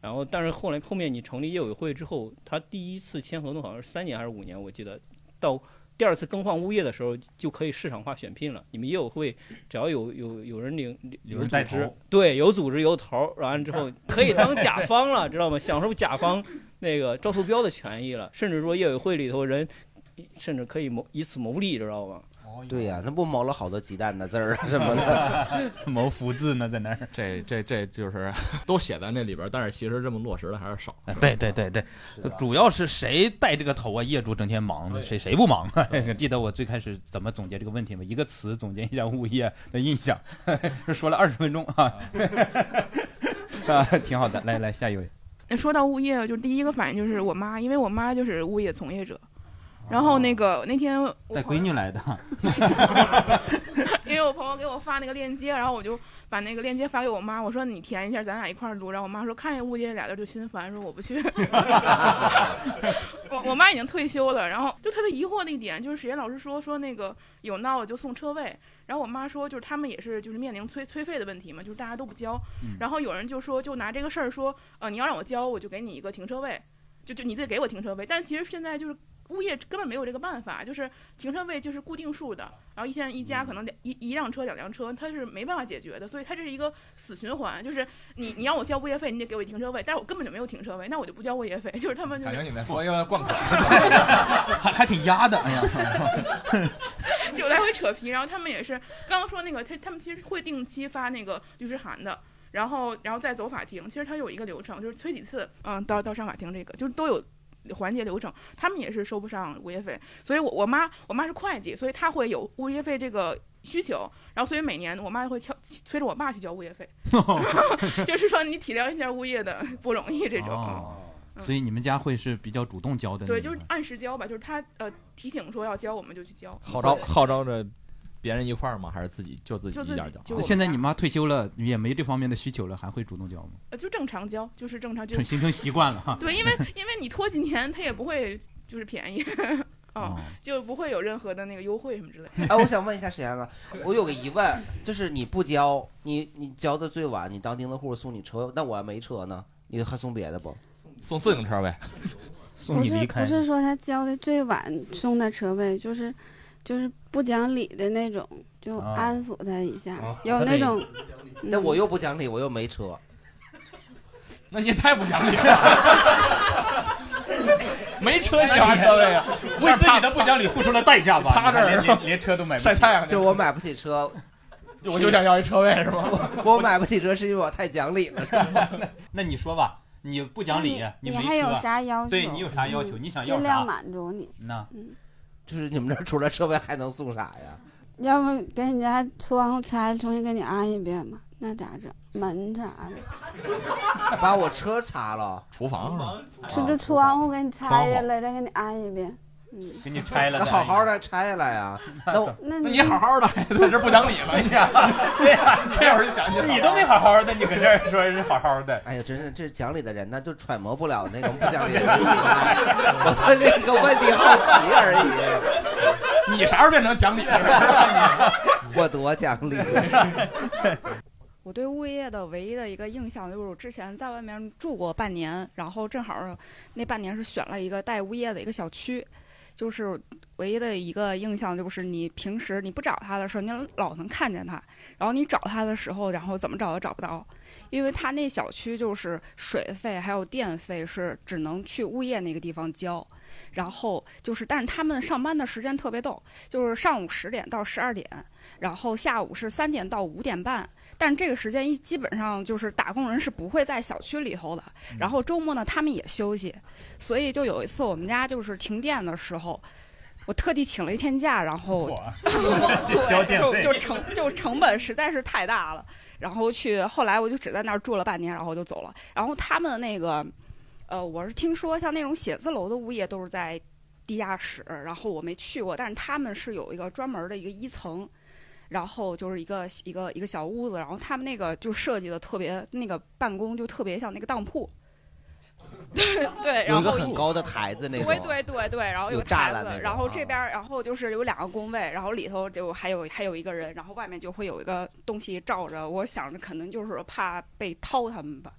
Speaker 13: 然后，但是后来后面你成立业委会之后，他第一次签合同好像是三年还是五年，我记得。到第二次更换物业的时候，就可以市场化选聘了。你们业委会只要有有有人领
Speaker 2: 有
Speaker 13: 有
Speaker 2: 人
Speaker 13: 组
Speaker 2: 带
Speaker 13: 织
Speaker 2: 头，
Speaker 13: 对，有组织有头儿，完了之后可以当甲方了，知道吗？享受甲方那个招投标的权益了，甚至说业委会里头人，甚至可以谋以此谋利，知道吗？
Speaker 6: 对呀、那不谋了好多鸡蛋的字 儿啊什么的。
Speaker 2: 谋福字呢，在那儿。
Speaker 7: 这这这就是都写在那里边，但是其实这么落实的还是少。
Speaker 2: 哎对对对对，主要是谁带这个头啊？业主整天忙的，谁谁不忙啊？ 记得我最开始怎么总结这个问题吗？一个词总结一下物业的印象， 说了二十分钟啊， 啊，挺好的。来来，下一位，
Speaker 14: 那说到物业，就第一个反应就是我妈，因为我妈就是物业从业者。然后那个那天我
Speaker 2: 带闺 女来的，
Speaker 14: 因为我朋友给我发那个链接，然后我就把那个链接发给我妈，我说你填一下，咱俩一块儿读。然后我妈说看见物业俩字儿就心烦，说我不去。 我我妈已经退休了，然后就特别疑惑的一点就是，史岩老师说说那个有闹就送车位，然后我妈说就是他们也是就是面临催催费的问题嘛，就是大家都不交，
Speaker 15: 嗯
Speaker 14: 然后有人就说就拿这个事儿说，呃你要让我交我就给你一个停车位，就就你得给我停车位，但其实现在就是。物业根本没有这个办法，就是停车位就是固定数的，然后一线一家可能两一一辆车两辆车，它是没办法解决的，所以它这是一个死循环，就是你你让我交物业费，你得给我一停车位，但是我根本就没有停车位，那我就不交物业费，就是他们就
Speaker 7: 感
Speaker 14: 是
Speaker 7: 觉你在说要灌口，
Speaker 2: 还还挺压的，哎呀，
Speaker 14: 就来回扯皮。然后他们也是刚刚说那个，他他们其实会定期发那个律师函的，然后然后再走法庭。其实它有一个流程，就是催几次，嗯，到到上法庭这个，就是都有。环节流程，他们也是收不上物业费，所以我我妈我妈是会计，所以她会有物业费这个需求，然后所以每年我妈会敲催着我爸去交物业费，就是说你体谅一下物业的不容易这种。
Speaker 2: 哦，所以你们家会是比较主动教的那种，
Speaker 14: 对，就是按时交吧，就是他呃提醒说要交，我们就去交。
Speaker 7: 号召号召着别人一块儿吗？还是自己就自己
Speaker 14: 就自
Speaker 7: 一
Speaker 14: 己
Speaker 7: 点儿讲？
Speaker 14: 就
Speaker 2: 那现在你妈退休了，也没这方面的需求了，还会主动教吗？
Speaker 14: 呃就正常交，就是正常就
Speaker 2: 成形成习惯了 哈。
Speaker 14: 对，因为因为你拖几年，他也不会就是便宜，
Speaker 2: 哦，
Speaker 14: 就不会有任何的那个优惠什么之类的。
Speaker 13: 嗯
Speaker 6: 哎，我想问一下沈岩哥，我有个疑问，就是你不交，你你交的最晚，你当钉子户送你车，那我没车呢，你还送别的不？
Speaker 7: 送自行车呗，
Speaker 5: 不是不是说他交的最晚送的车位，就是就是不讲理的那种，就
Speaker 6: 啊
Speaker 5: 安抚他一下。
Speaker 2: 哦
Speaker 6: 啊
Speaker 5: 有那种，嗯
Speaker 6: 那我又不讲理，我又没车，
Speaker 7: 那你也太不讲理 了。没车你啥车位啊？为自己的不讲理付出了代价吧？趴这儿
Speaker 2: 连连车都买
Speaker 7: 晒太 阳去，
Speaker 6: 就我买不起车，
Speaker 7: 我就想要一车位是吗？
Speaker 6: 我我买不起车是因为我太 讲理了，是吗？
Speaker 2: 那你说吧，你不讲理，
Speaker 5: 你
Speaker 2: 没
Speaker 5: 还有
Speaker 2: 车
Speaker 5: 啥要求？
Speaker 2: 对你有啥要求？
Speaker 5: 嗯
Speaker 2: 你想要
Speaker 5: 尽量
Speaker 2: 啥？
Speaker 5: 满足你。嗯
Speaker 2: 那
Speaker 6: 就是你们这儿除了车位还能送啥呀？
Speaker 5: 要不给人家出完后拆，重新给你安一遍吧，那咋整？门啥的，
Speaker 6: 把我车擦了，
Speaker 7: 厨房
Speaker 5: 这
Speaker 6: 啊
Speaker 5: 就出完后给你拆下来，再给你安一遍。嗯，
Speaker 2: 给 你拆了
Speaker 6: 那
Speaker 2: 再
Speaker 6: 好好的拆下来呀。那我
Speaker 5: 那
Speaker 7: 那你好好 的，在这不讲理了，你看，对呀，这会儿就想起来了
Speaker 2: 你都没好好的，你搁这儿说人好好的，
Speaker 6: 哎呀，真是这讲理的人呢，就揣摩不了那种不讲理的人。我对这个问题好奇而
Speaker 7: 已。你啥时候变成讲理
Speaker 6: 了？我多讲理。
Speaker 16: 我对物业的唯一的一个印象就是，我之前在外面住过半年，然后正好那半年是选了一个带物业的一个小区，就是唯一的一个印象就是，你平时你不找他的时候，你老能看见他，然后你找他的时候，然后怎么找都找不到，因为他那小区就是水费还有电费是只能去物业那个地方交。然后就是，但是他们上班的时间特别逗，就是上午十点到十二点，然后下午是三点到五点半。但这个时间一基本上就是打工人是不会在小区里头的，然后周末呢他们也休息，所以就有一次我们家就是停电的时候，我特地请了一天假，然后
Speaker 15: 这交电
Speaker 16: 就
Speaker 15: 费
Speaker 16: 就成就成本实在是太大了，然后去后来我就只在那儿住了半年，然后我就走了。然后他们那个呃，我是听说像那种写字楼的物业都是在地下室，然后我没去过，但是他们是有一个专门的一个一层，然后就是一个一个一个小屋子，然后他们那个就设计的特别，那个办公就特别像那个当铺。 对对，
Speaker 6: 有
Speaker 16: 然
Speaker 6: 一个
Speaker 16: 后
Speaker 6: 很高的台子那种，
Speaker 16: 对对对对，然后
Speaker 6: 有
Speaker 16: 个
Speaker 6: 栅
Speaker 16: 台
Speaker 6: 栏那
Speaker 16: 子
Speaker 6: 种，
Speaker 16: 然后
Speaker 6: 啊
Speaker 16: 这边儿，然后就是有两个工位，然后里头就还有还有一个人，然后外面就会有一个东西罩着。我想着可能就是怕被掏 他们吧。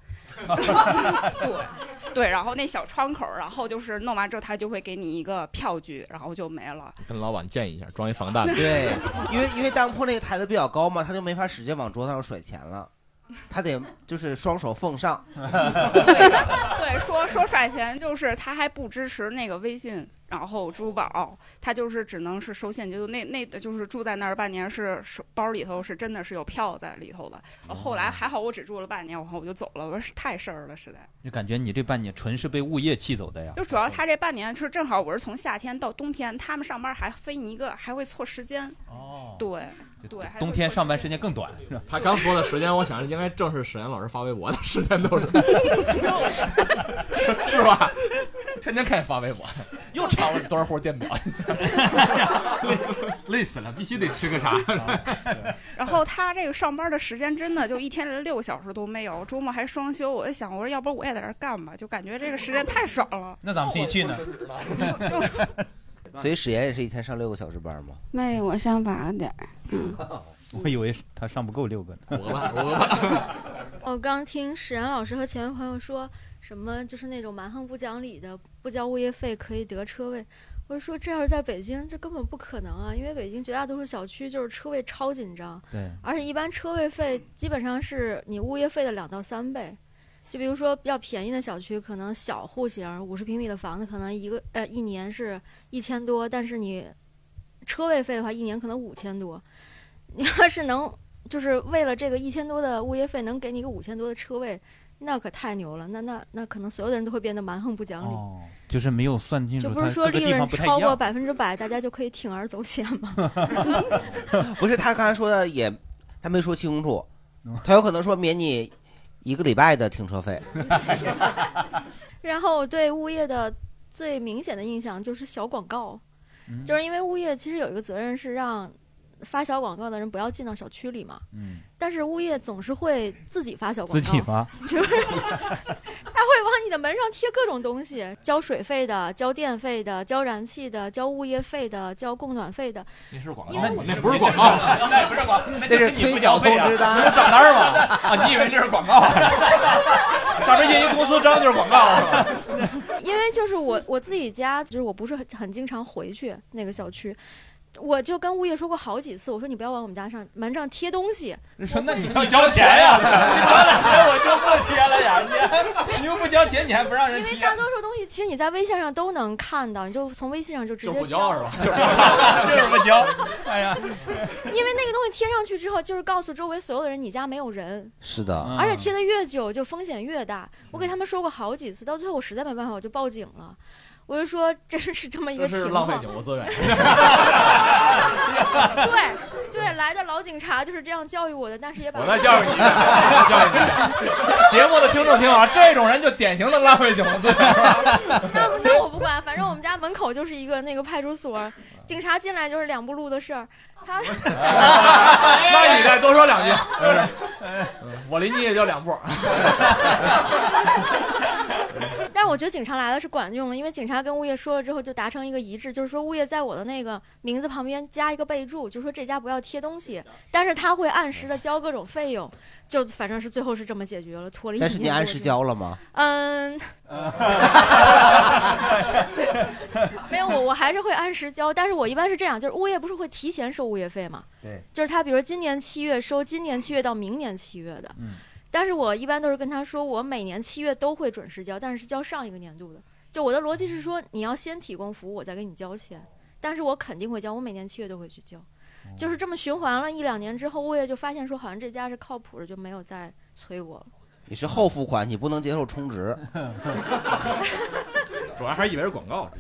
Speaker 16: 对对，然后那小窗口儿，然后就是弄完之后，他就会给你一个票据，然后就没了。
Speaker 7: 跟老板建议一下，装一防弹。
Speaker 6: 对，因为因为当铺那个台子比较高嘛，他就没法使劲往桌子上甩钱了，他得就是双手奉上。
Speaker 16: 对，说说甩钱就是他还不支持那个微信，然后支付宝，他就是只能是收现金。就那那就是住在那儿半年是手包里头是真的是有票在里头的。
Speaker 2: 哦
Speaker 16: 后来还好我只住了半年，然后我就走了，我说是太事儿了，实在。
Speaker 2: 就感觉你这半年纯是被物业气走的呀。
Speaker 16: 就主要他这半年就是正好我是从夏天到冬天，他们上班还分一个，还会错时间。
Speaker 2: 哦，
Speaker 16: 对对，还
Speaker 2: 冬天上班时间更短。是吧
Speaker 7: 他刚说的时间，我想应该正是沈岩老师发微博的时间 都是，是吧？天天看你发微 博，又查我多少户 电表，
Speaker 2: 累死了，必须得吃个啥。
Speaker 7: 啊
Speaker 16: 然后他这个上班的时间真的就一天连六小时都没有，周末还双休。我就想，我说要不我也在这儿干吧，就感觉这个时间太爽了。
Speaker 2: 那咱们可以去 呢。
Speaker 6: 所以史岩也是一天上六个小时班吗？
Speaker 5: 妹，我上八点儿，嗯，
Speaker 2: 我以为他上不够六个呢。
Speaker 7: 我吧，
Speaker 2: 我
Speaker 17: 我刚听史岩老师和前位朋友说什么，就是那种蛮横不讲理的，不交物业费可以得车位。我是说，这要是在北京，这根本不可能啊！因为北京绝大多数小区就是车位超紧张，
Speaker 18: 对
Speaker 2: 啊
Speaker 17: 而且一般车位费基本上是你物业费的两到三倍。就比如说比较便宜的小区，可能小户型五十平米的房子，可能一个呃一年是一千多，但是你车位费的话，一年可能五千多。你要是能就是为了这个一千多的物业费，能给你个五千多的车位，那可太牛了。那那那可能所有的人都会变得蛮横不讲理。
Speaker 2: 哦就是没有算清楚，
Speaker 17: 就
Speaker 2: 它
Speaker 17: 不是说
Speaker 2: 各个
Speaker 17: 利
Speaker 2: 地
Speaker 17: 润
Speaker 2: 方不太
Speaker 17: 超
Speaker 2: 一
Speaker 17: 过
Speaker 2: 样。
Speaker 17: 百分之百，大家就可以铤而走险吗？
Speaker 6: 不是，他刚才说的也，他没说清楚，
Speaker 2: 嗯
Speaker 6: 他有可能说免你一个礼拜的停 车费。
Speaker 17: 然后我对物业的最明显的印象就是小广告，
Speaker 2: 嗯
Speaker 17: 就是因为物业其实有一个责任是让发小广告的人不要进到小区里嘛，
Speaker 2: 嗯，
Speaker 17: 但是物业总是会自己发小广告，
Speaker 2: 自己发，
Speaker 17: 就是他会往你的门上贴各种东西，交水费的、交电费的、交燃气的、交物业费的、交供暖费的，
Speaker 7: 那是广
Speaker 17: 因为
Speaker 7: 告，那不是广告，那不是广告，那
Speaker 6: 那是催缴通知单，
Speaker 7: 账单儿吗？啊，你以为这是广 告？上面印一公司章就是广告是啊吧？
Speaker 17: 因为就是我我自己家，就是我不是很很经常回去那个小区，我就跟物业说过好几次，我说你不要往我们家上门上贴东西。
Speaker 2: 说那你要交钱呀，你交了钱我就不贴了呀，你你又不交钱，你还不让人
Speaker 17: 因为
Speaker 2: 贴
Speaker 17: 大，多数东西其实你在微信上都能看到，你就从微信上就直
Speaker 7: 就
Speaker 17: 接
Speaker 7: 不交是吧？就是
Speaker 2: 就是不交。哎呀，
Speaker 17: 因为那个东西贴上去之后，就是告诉周围所有的人你家没有人，
Speaker 6: 是的，
Speaker 2: 嗯
Speaker 7: 嗯
Speaker 17: 而且贴的越久就风险越大。我给他们说过好几次，到最后我实在没办法，我就报警了。我就说这是这么 一个
Speaker 7: 这
Speaker 17: 情
Speaker 7: 是
Speaker 17: 况，
Speaker 7: 浪费警务资 源。
Speaker 17: 对对，来的老警察就是这样教育我的，但是也把
Speaker 7: 我再教育你一遍，我再教育你一遍。节目的听众听好，
Speaker 2: 啊
Speaker 7: 这种人就典型的浪费警务资源。
Speaker 17: 那那我不管，反正我们家门口就是一个那个派出所，警察进来就是两步路的事儿。他
Speaker 4: 哎
Speaker 7: 那你再多说两句。嗯我离你也就两步。
Speaker 2: 哎
Speaker 17: 但是我觉得警察来了是管用的，因为警察跟物业说了之后就达成一个一致，就是说物业在我的那个名字旁边加一个备注，就说这家不要贴东西，但是他会按时的交各种费用，就反正是最后是这么解决了，拖了一
Speaker 6: 但是你
Speaker 17: 年
Speaker 6: 按
Speaker 17: 多
Speaker 6: 时
Speaker 17: 这样
Speaker 6: 交了吗？
Speaker 17: 嗯， 没有我我还是会按时交，但是我一般是这样，就是物业不是会提前收物业费嘛，
Speaker 6: 对，
Speaker 17: 就是他比如今年七月收，今年七月到明年七月的，
Speaker 2: 嗯，
Speaker 17: 但是我一般都是跟他说，我每年七月都会准时交，但是是交上一个年度的，就我的逻辑是说，你要先提供服务，我再给你交钱，但是我肯定会交，我每年七月都会去交，就是这么循环了一两年之后，物业就发现说好像这家是靠谱的，就没有再催我了。
Speaker 6: 你是后付款，你不能接受充值。
Speaker 7: 主要还是以为是广
Speaker 6: 啊
Speaker 7: 告。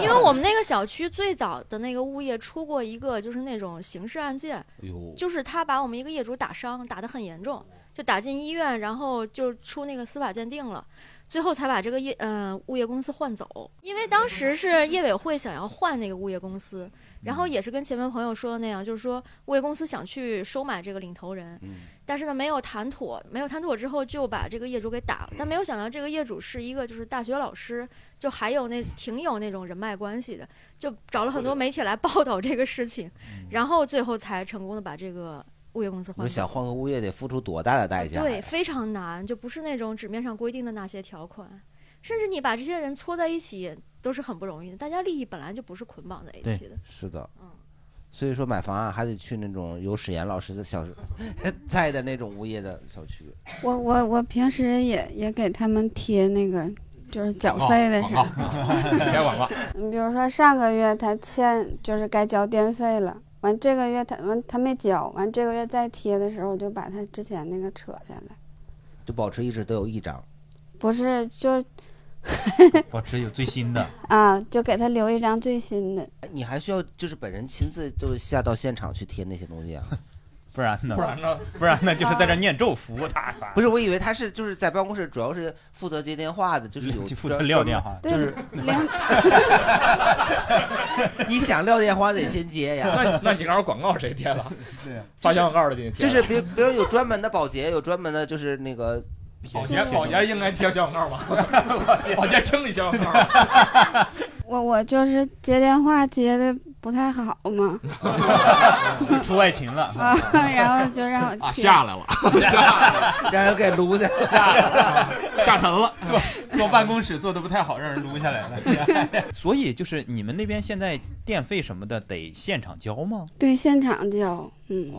Speaker 17: 因为我们那个小区最早的那个物业出过一个就是那种刑事案件，
Speaker 6: 哟
Speaker 19: 哦
Speaker 17: 就是他把我们一个业主打伤，打得很严重，就打进医院，然后就出那个司法鉴定了。最后才把这个业呃物业公司换走，因为当时是业委会想要换那个物业公司，然后也是跟前面朋友说的那样，就是说物业公司想去收买这个领头人，但是呢没有谈妥，没有谈妥之后就把这个业主给打了。但没有想到这个业主是一个就是大学老师，就还有那挺有那种人脉关系的，就找了很多媒体来报道这个事情，然后最后才成功的把这个物业公司
Speaker 6: 嗯你
Speaker 17: 换
Speaker 6: 说
Speaker 17: 走。
Speaker 6: 想换个物业得付出多大的代价？
Speaker 17: 对，，非常难，就不是那种纸面上规定的那些条款，甚至你把这些人搓在一起都是很不容易的。大家利益本来就不是捆绑在一起的。
Speaker 6: 是的，所以说买房啊，还得去那种有史岩老师的小在的那种物业的小区。
Speaker 5: 我我我平时也也给他们贴那个就是缴费的事儿。
Speaker 7: 开广告，
Speaker 5: 你比如说上个月他欠就是该交电费了，完这个月他完他没交，完这个月再贴的时候，我就把他之前那个扯下来。
Speaker 6: 就保持一直都有一张，
Speaker 5: 不是，就
Speaker 2: 保持有最新的。
Speaker 5: 啊，就给他留一张最新的。
Speaker 6: 你还需要就是本人亲自就下到现场去贴那些东西啊？
Speaker 2: 不然呢
Speaker 6: 不然呢？
Speaker 2: 不然呢？就是在这念咒服务他。
Speaker 6: 不是，我以为他是就是在办公室，主要是负责接电话的， 就是有
Speaker 2: 负责撂电话
Speaker 6: 专就是 你想撂电话得先 接呀。
Speaker 4: 那那你告诉我广告谁贴了？
Speaker 2: 对，啊
Speaker 4: 发小广告的给你贴
Speaker 6: 就
Speaker 4: 了。
Speaker 6: 是比如比如有专门的保洁，有专门的就是那个
Speaker 4: 保洁，保洁应该贴小广 告吧？保洁清理小广告。
Speaker 5: 我我就是接电话接的不太好嘛，
Speaker 2: 出外勤了
Speaker 5: 啊，然后就让我
Speaker 7: 啊，
Speaker 5: 贴
Speaker 7: 下来了，
Speaker 6: 让人给撸下
Speaker 7: 来了，下沉了。
Speaker 2: 坐坐办公室坐的不太好，让人撸下来 了。所以就是你们那边现在电费什么的得现场交吗？
Speaker 5: 对，现场交，嗯。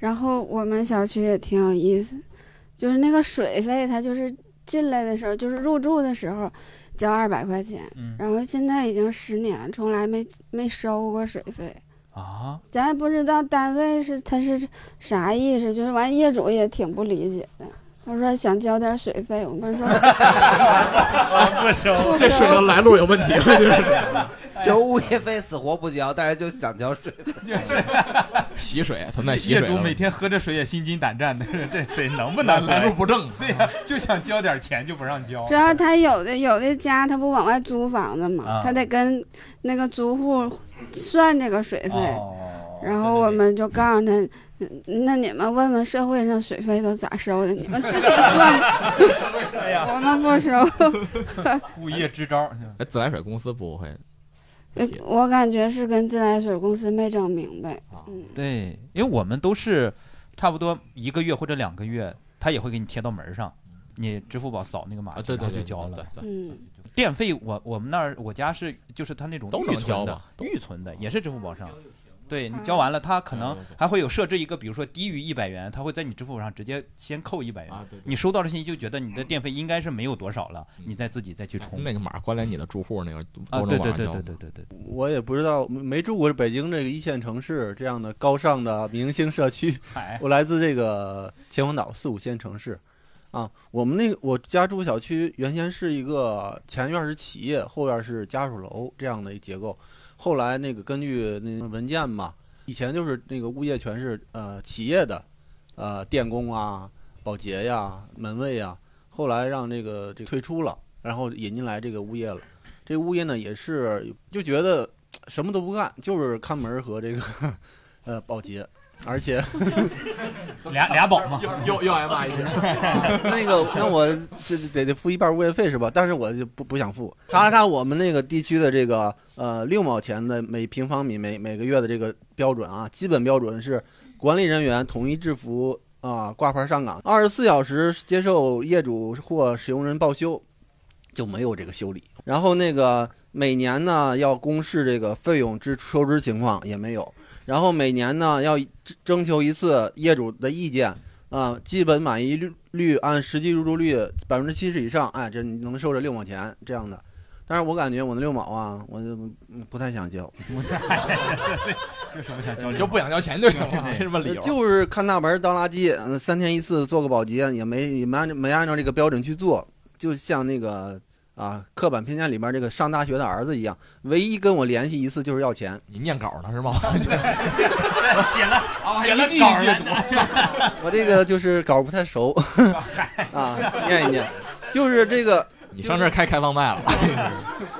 Speaker 5: 然后我们小区也挺有意思，就是那个水费，它就是进来的时候，就是入住的时候交二百块钱，
Speaker 2: 嗯
Speaker 5: 然后现在已经十年，从来没没收过水费。
Speaker 2: 啊，
Speaker 5: 咱也不知道单位是他是啥意思，就是完业主也挺不理解的。他说想交点水费，我们说
Speaker 2: 不收
Speaker 5: 不 收
Speaker 7: 这水的来路有问题，就是
Speaker 6: 就物业费死活不交，但是就想交水，
Speaker 7: 洗水存在洗水
Speaker 2: 业
Speaker 7: 了
Speaker 2: 主每天喝着水也心惊胆战的， 这水能不能
Speaker 7: 来路
Speaker 2: 不正？对呀、就想交点钱就不让交
Speaker 5: 主。要他有的有的家他不往外租房子嘛，
Speaker 2: 啊
Speaker 5: 他得跟那个租户算这个水费，
Speaker 2: 哦
Speaker 5: 然后我们就告诉他，嗯那你们问问社会上水费都咋收的，你们自己算 吧，我们不收。
Speaker 2: 物业支招。
Speaker 7: 哎，自来水公司不会。
Speaker 5: 呃我感觉是跟自来水公司没整明白，
Speaker 2: 啊
Speaker 5: 嗯，
Speaker 2: 对，因为我们都是差不多一个月或者两个月，他也会给你贴到门上，你支付宝扫那个码，
Speaker 7: 对对
Speaker 2: 然后就
Speaker 7: 对
Speaker 2: 交了。
Speaker 7: 对对
Speaker 5: 嗯，
Speaker 2: 电费我我们那儿我家是就是他那种
Speaker 7: 都能
Speaker 2: 预存
Speaker 7: 交
Speaker 2: 的
Speaker 7: 吧，
Speaker 2: 预存的也是支付宝上。对
Speaker 18: 嗯
Speaker 2: 你交完了，他可能还会有设置一个，比如说低于一百元，他会在你支付宝上直接先扣一百元。你收到的信息就觉得你的电费应该是没有多少了，你再自己再去充
Speaker 7: 那个码关联你的住户那个
Speaker 2: 啊
Speaker 7: 都能
Speaker 2: 对
Speaker 7: 往
Speaker 2: 对
Speaker 7: 上
Speaker 2: 对
Speaker 7: 交
Speaker 2: 对对对对。
Speaker 18: 我也不知道，没住过北京这个一线城市这样的高尚的明星社区
Speaker 2: 嗨。
Speaker 18: 我来自这个秦皇岛四五线城市，啊，我们那个我家住小区原先是一个前院是企业，后院是家属楼这样的一结构。后来那个根据那文件嘛，以前就是那个物业全是呃企业的，呃电工啊、保洁呀、门卫呀，后来让这个这个退出了，然后引进来这个物业了。这物业呢也是就觉得什么都不干，就是看门儿和这个 呃保洁，而且
Speaker 2: 俩俩宝嘛，
Speaker 7: 又又又挨骂一次。
Speaker 18: 那个，那我这得得付一半物业费是吧？但是我就不不想付。查了查我们那个地区的这个呃六毛钱的每平方米每每个月的这个标准啊，基本标准是管理人员统一制服啊、挂牌上岗，二十四小时接受业主或使用人报修，就没有这个修理。然后那个每年呢要公示这个费用支收支情况也没有，然后每年呢要征征求一次业主的意见。啊，基本满意率率按实际入住率百分之七十以上，哎，这你能收这六毛钱这样的。但是我感觉我那六毛啊，我就嗯不太想交，
Speaker 2: 这什么想
Speaker 7: 你就不想交钱就行了，没什么理由。
Speaker 18: 就是看大门儿当垃圾，嗯三天一次做个保洁，也没也没按没按照这个标准去做，就像那个啊刻板偏见里面这个上大学的儿子一样，唯一跟我联系一次就是要钱。
Speaker 7: 你念稿呢是吗？
Speaker 2: 我写了写了
Speaker 18: 一句一
Speaker 2: 稿儿
Speaker 18: 句
Speaker 2: 了
Speaker 18: 读 我这个就是稿不 太熟啊，念一念，就是这个。
Speaker 7: 你上这儿开开放 麦了？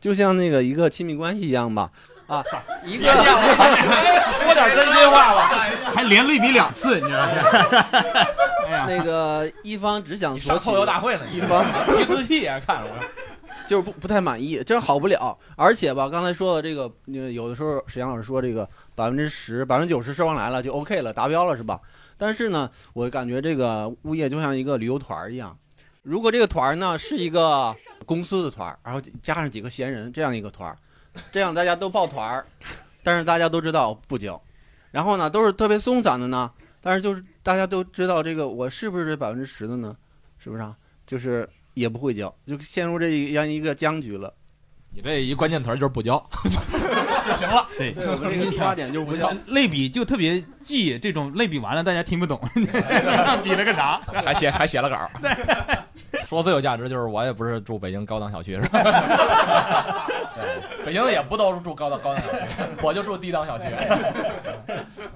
Speaker 18: 就像那个一个亲密关系一样吧， 啊，一个
Speaker 4: 说点真心话吧，
Speaker 18: 还连累比两次，你知道吗？ 哎
Speaker 4: 呀
Speaker 18: 那个一方只想索
Speaker 4: 上
Speaker 18: 取，
Speaker 4: 扣油大会呢，
Speaker 18: 一方
Speaker 4: 提词器啊，看着我。
Speaker 18: 就是不不太满意，这好不了。而且吧，刚才说的这个，呃有的时候沈阳老师说这个百分之十、百分之九十收上来了就 OK 了，达标了是吧？但是呢，我感觉这个物业就像一个旅游团儿一样，如果这个团儿呢是一个公司的团儿，然后加上几个闲人这样一个团儿，这样大家都抱团儿，但是大家都知道不行。然后呢，都是特别松散的呢，但是就是大家都知道这个我是不是这百分之十的呢？是不是啊？就是也不会交，就陷入这样一个僵局了。
Speaker 7: 你这一关键词儿就是不交，
Speaker 2: 就行了。
Speaker 18: 对对我们这个出发点就是不交
Speaker 2: 类比就特别记这种类比完了大家听不 懂， 比了个啥？
Speaker 7: 还写还写了稿儿。 说最有价值就是我也不是住北京高档小区是 吧？北京也不都是住高档高档小区，我就住低档小 区。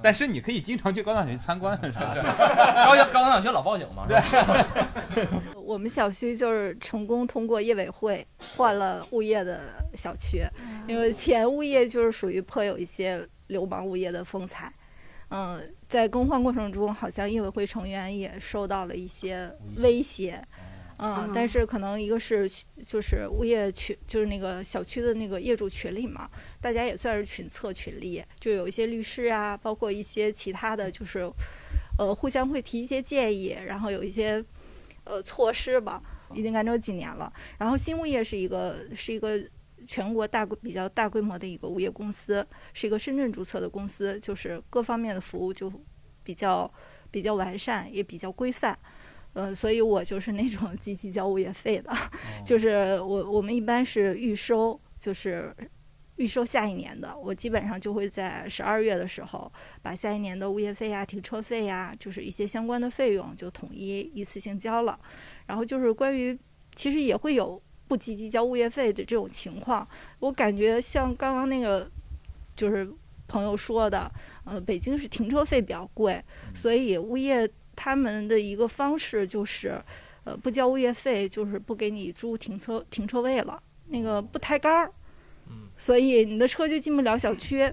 Speaker 2: 但是你可以经常去高档小区参观，是吧
Speaker 7: 高档高档小区老报警嘛，是吧？
Speaker 20: 我们小区就是成功通过业委会换了物业的小区，因为前物业就是属于颇有一些流氓物业的风采。嗯，在更换过程中，好像业委会成员也受到了一些威胁。嗯
Speaker 5: 嗯，
Speaker 20: 但是可能一个是就是物业群，就是那个小区的那个业主群里嘛，大家也算是群策群力，就有一些律师啊，包括一些其他的，就是呃互相会提一些建议，然后有一些呃措施吧，已经感觉有几年了。然后新物业是一个是一个全国大规比较大规模的一个物业公司，是一个深圳注册的公司，就是各方面的服务就比较比较完善，也比较规范。嗯，所以我就是那种 积极交物业费的，就是我我们一般是预收，就是预收下一年的，我基本上就会在十二月的时候把下一年的物业费啊呀、停车费呀，就是一些相关的费用就统一一次性交了。然后就是关于，其实也会有不积极交物业费的这种情况，我感觉像刚刚那个就是朋友说的，呃，北京是停车费比较贵，所以物业他们的一个方式就是，呃，不交物业费就是不给你租停车停车位了，那个不抬杆儿，所以你的车就进不了小区。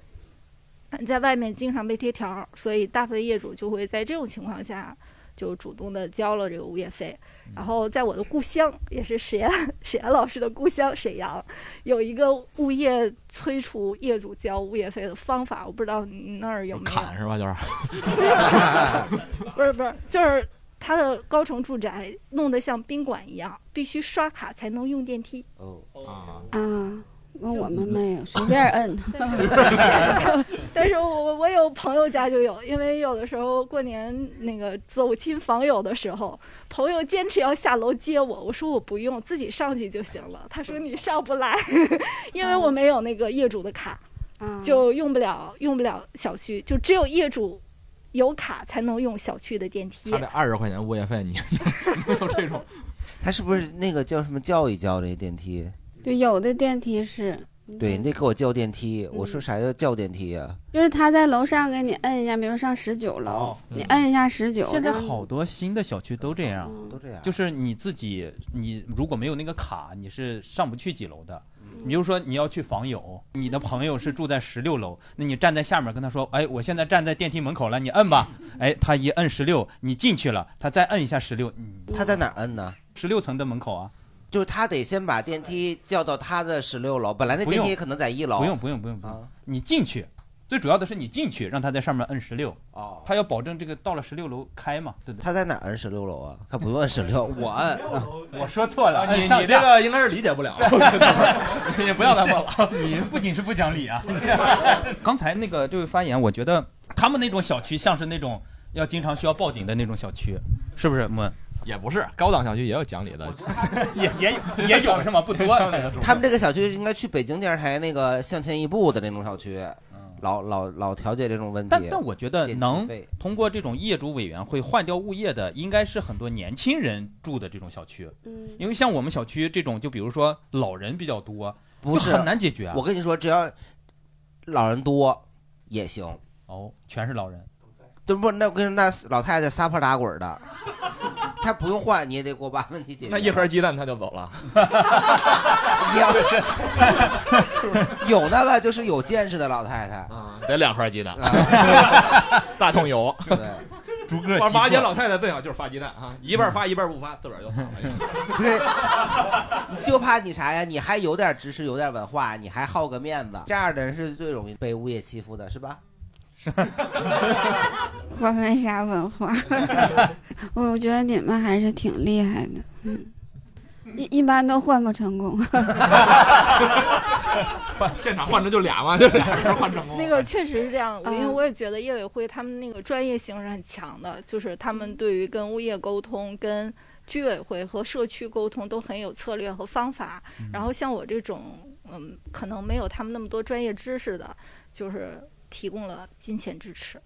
Speaker 20: 你在外面经常被贴条儿，所以大部分业主就会在这种情况下就主动的交了这个物业费。然后在我的故乡，也是沈岩 沈岩老师的故乡沈阳，有一个物业催促业主交物业费的方法，我不知道你那儿有没有？
Speaker 7: 砍是吧？就是
Speaker 20: 不是不是，就是它的高层住宅弄得像宾馆一样，必须刷卡才能用电梯。
Speaker 6: 哦
Speaker 7: 啊，
Speaker 5: 啊，那我们没有，随便摁。
Speaker 20: 但是我我有朋友家就有，因为有的时候过年那个走亲访友的时候，朋友坚持要下楼接我，我说我不用，自己上去就行了。他说你上不来， 因为我没有那个业主的卡，
Speaker 5: 啊
Speaker 7: 啊
Speaker 20: 就用不了用不了小区，就只有业主有卡才能用小区的电梯
Speaker 7: 他。这二十块钱物业费，你 没有这种
Speaker 6: 他是不是那个叫什么叫一叫这电梯？
Speaker 5: 对，有的电梯是，
Speaker 6: 对，你得给我叫电梯。
Speaker 7: 嗯
Speaker 6: 我说啥叫叫电梯啊呀？
Speaker 5: 就是他在楼上给你摁一下，比如上十九楼，你摁一下十九，
Speaker 2: 哦嗯现在
Speaker 5: 然后
Speaker 2: 好多新的小区都这样，
Speaker 6: 嗯都这样，
Speaker 2: 就是你自己，你如果没有那个卡，你是上不去几楼的。
Speaker 6: 嗯
Speaker 2: 你比如说你要去访友，你的朋友是住在十六楼，那你站在下面跟他说，哎，我现在站在电梯门口了，你摁吧。哎，他一摁十六，你进去了，他再摁一下十六，
Speaker 6: 他在哪摁呢？
Speaker 2: 十六层的门口啊。
Speaker 6: 就是他得先把电梯叫到他的十六楼，本来那
Speaker 2: 不
Speaker 6: 电
Speaker 2: 用
Speaker 6: 梯可能在一楼。啊
Speaker 2: 不用不用不用不用，你进去，最主要的是你进去，让他在上面摁十六。
Speaker 6: 哦，
Speaker 2: 他要保证这个到了十六楼开嘛，对不对？
Speaker 6: 他在哪摁十六楼啊？他不用摁 十六，我摁。
Speaker 2: 我说错了，
Speaker 7: 啊你
Speaker 2: 摁上
Speaker 7: 你
Speaker 2: 下
Speaker 7: 这个应该是理解不了， 你不要再问了。
Speaker 2: 你不仅是不讲 理啊！ 刚才那个这位发言，我觉得他们那种小区像是那种要经常需要报警的那种小区，是不是？莫
Speaker 7: 也不是，高档小区也有讲理的，
Speaker 2: 也也也有是
Speaker 7: 哎
Speaker 2: 吗？不多。
Speaker 6: 他们这个小区应该去北京电视台那个向前一步的那种小区，老老老调解这种问题。
Speaker 2: 嗯但但我觉得
Speaker 6: 电气
Speaker 2: 能
Speaker 6: 费
Speaker 2: 通过这种业主委员会换掉物业的，应该是很多年轻人住的这种小区，
Speaker 5: 嗯
Speaker 2: 因为像我们小区这种，就比如说老人比较多，
Speaker 6: 不
Speaker 2: 就是很难解决啊。
Speaker 6: 我跟你说，只要老人多也行。
Speaker 2: 哦，全是老人。
Speaker 6: 对不？那我跟你说，那老太太撒泼打滚的，她不用换，你也得给我把问题解决。
Speaker 7: 那一盒鸡蛋他就走 了，
Speaker 6: 有那个就是有见识的老太太，
Speaker 7: 得两盒 鸡蛋，
Speaker 6: 大
Speaker 7: 桶油。
Speaker 6: 对，
Speaker 7: 逐
Speaker 6: 个
Speaker 7: 发
Speaker 6: 击
Speaker 7: 发
Speaker 6: 破
Speaker 7: 现老太太最好就是发鸡蛋啊，一半发一半不发，自个儿就 惨了。
Speaker 6: 不是，你就怕你啥呀？你还有点知识，有点文化，你还好个面子，这样的人是最容易被物业欺负的，是吧？
Speaker 5: 我没啥文 化，我觉得你们还是挺厉害的，嗯，一一般都换不 成功。
Speaker 7: 换现场换成就俩嘛，就俩人 换成功。
Speaker 20: 那个确实是这样，因为
Speaker 5: 嗯
Speaker 20: 我也觉得业委会他们那个专业性是很强的，就是他
Speaker 5: 嗯
Speaker 20: 们对于跟物业沟通、跟居委会和社区沟通都很有策略和方法。
Speaker 5: 嗯
Speaker 20: 然后像我这种，嗯，可能没有他们那么多专业知识的，就是提供了金钱支持。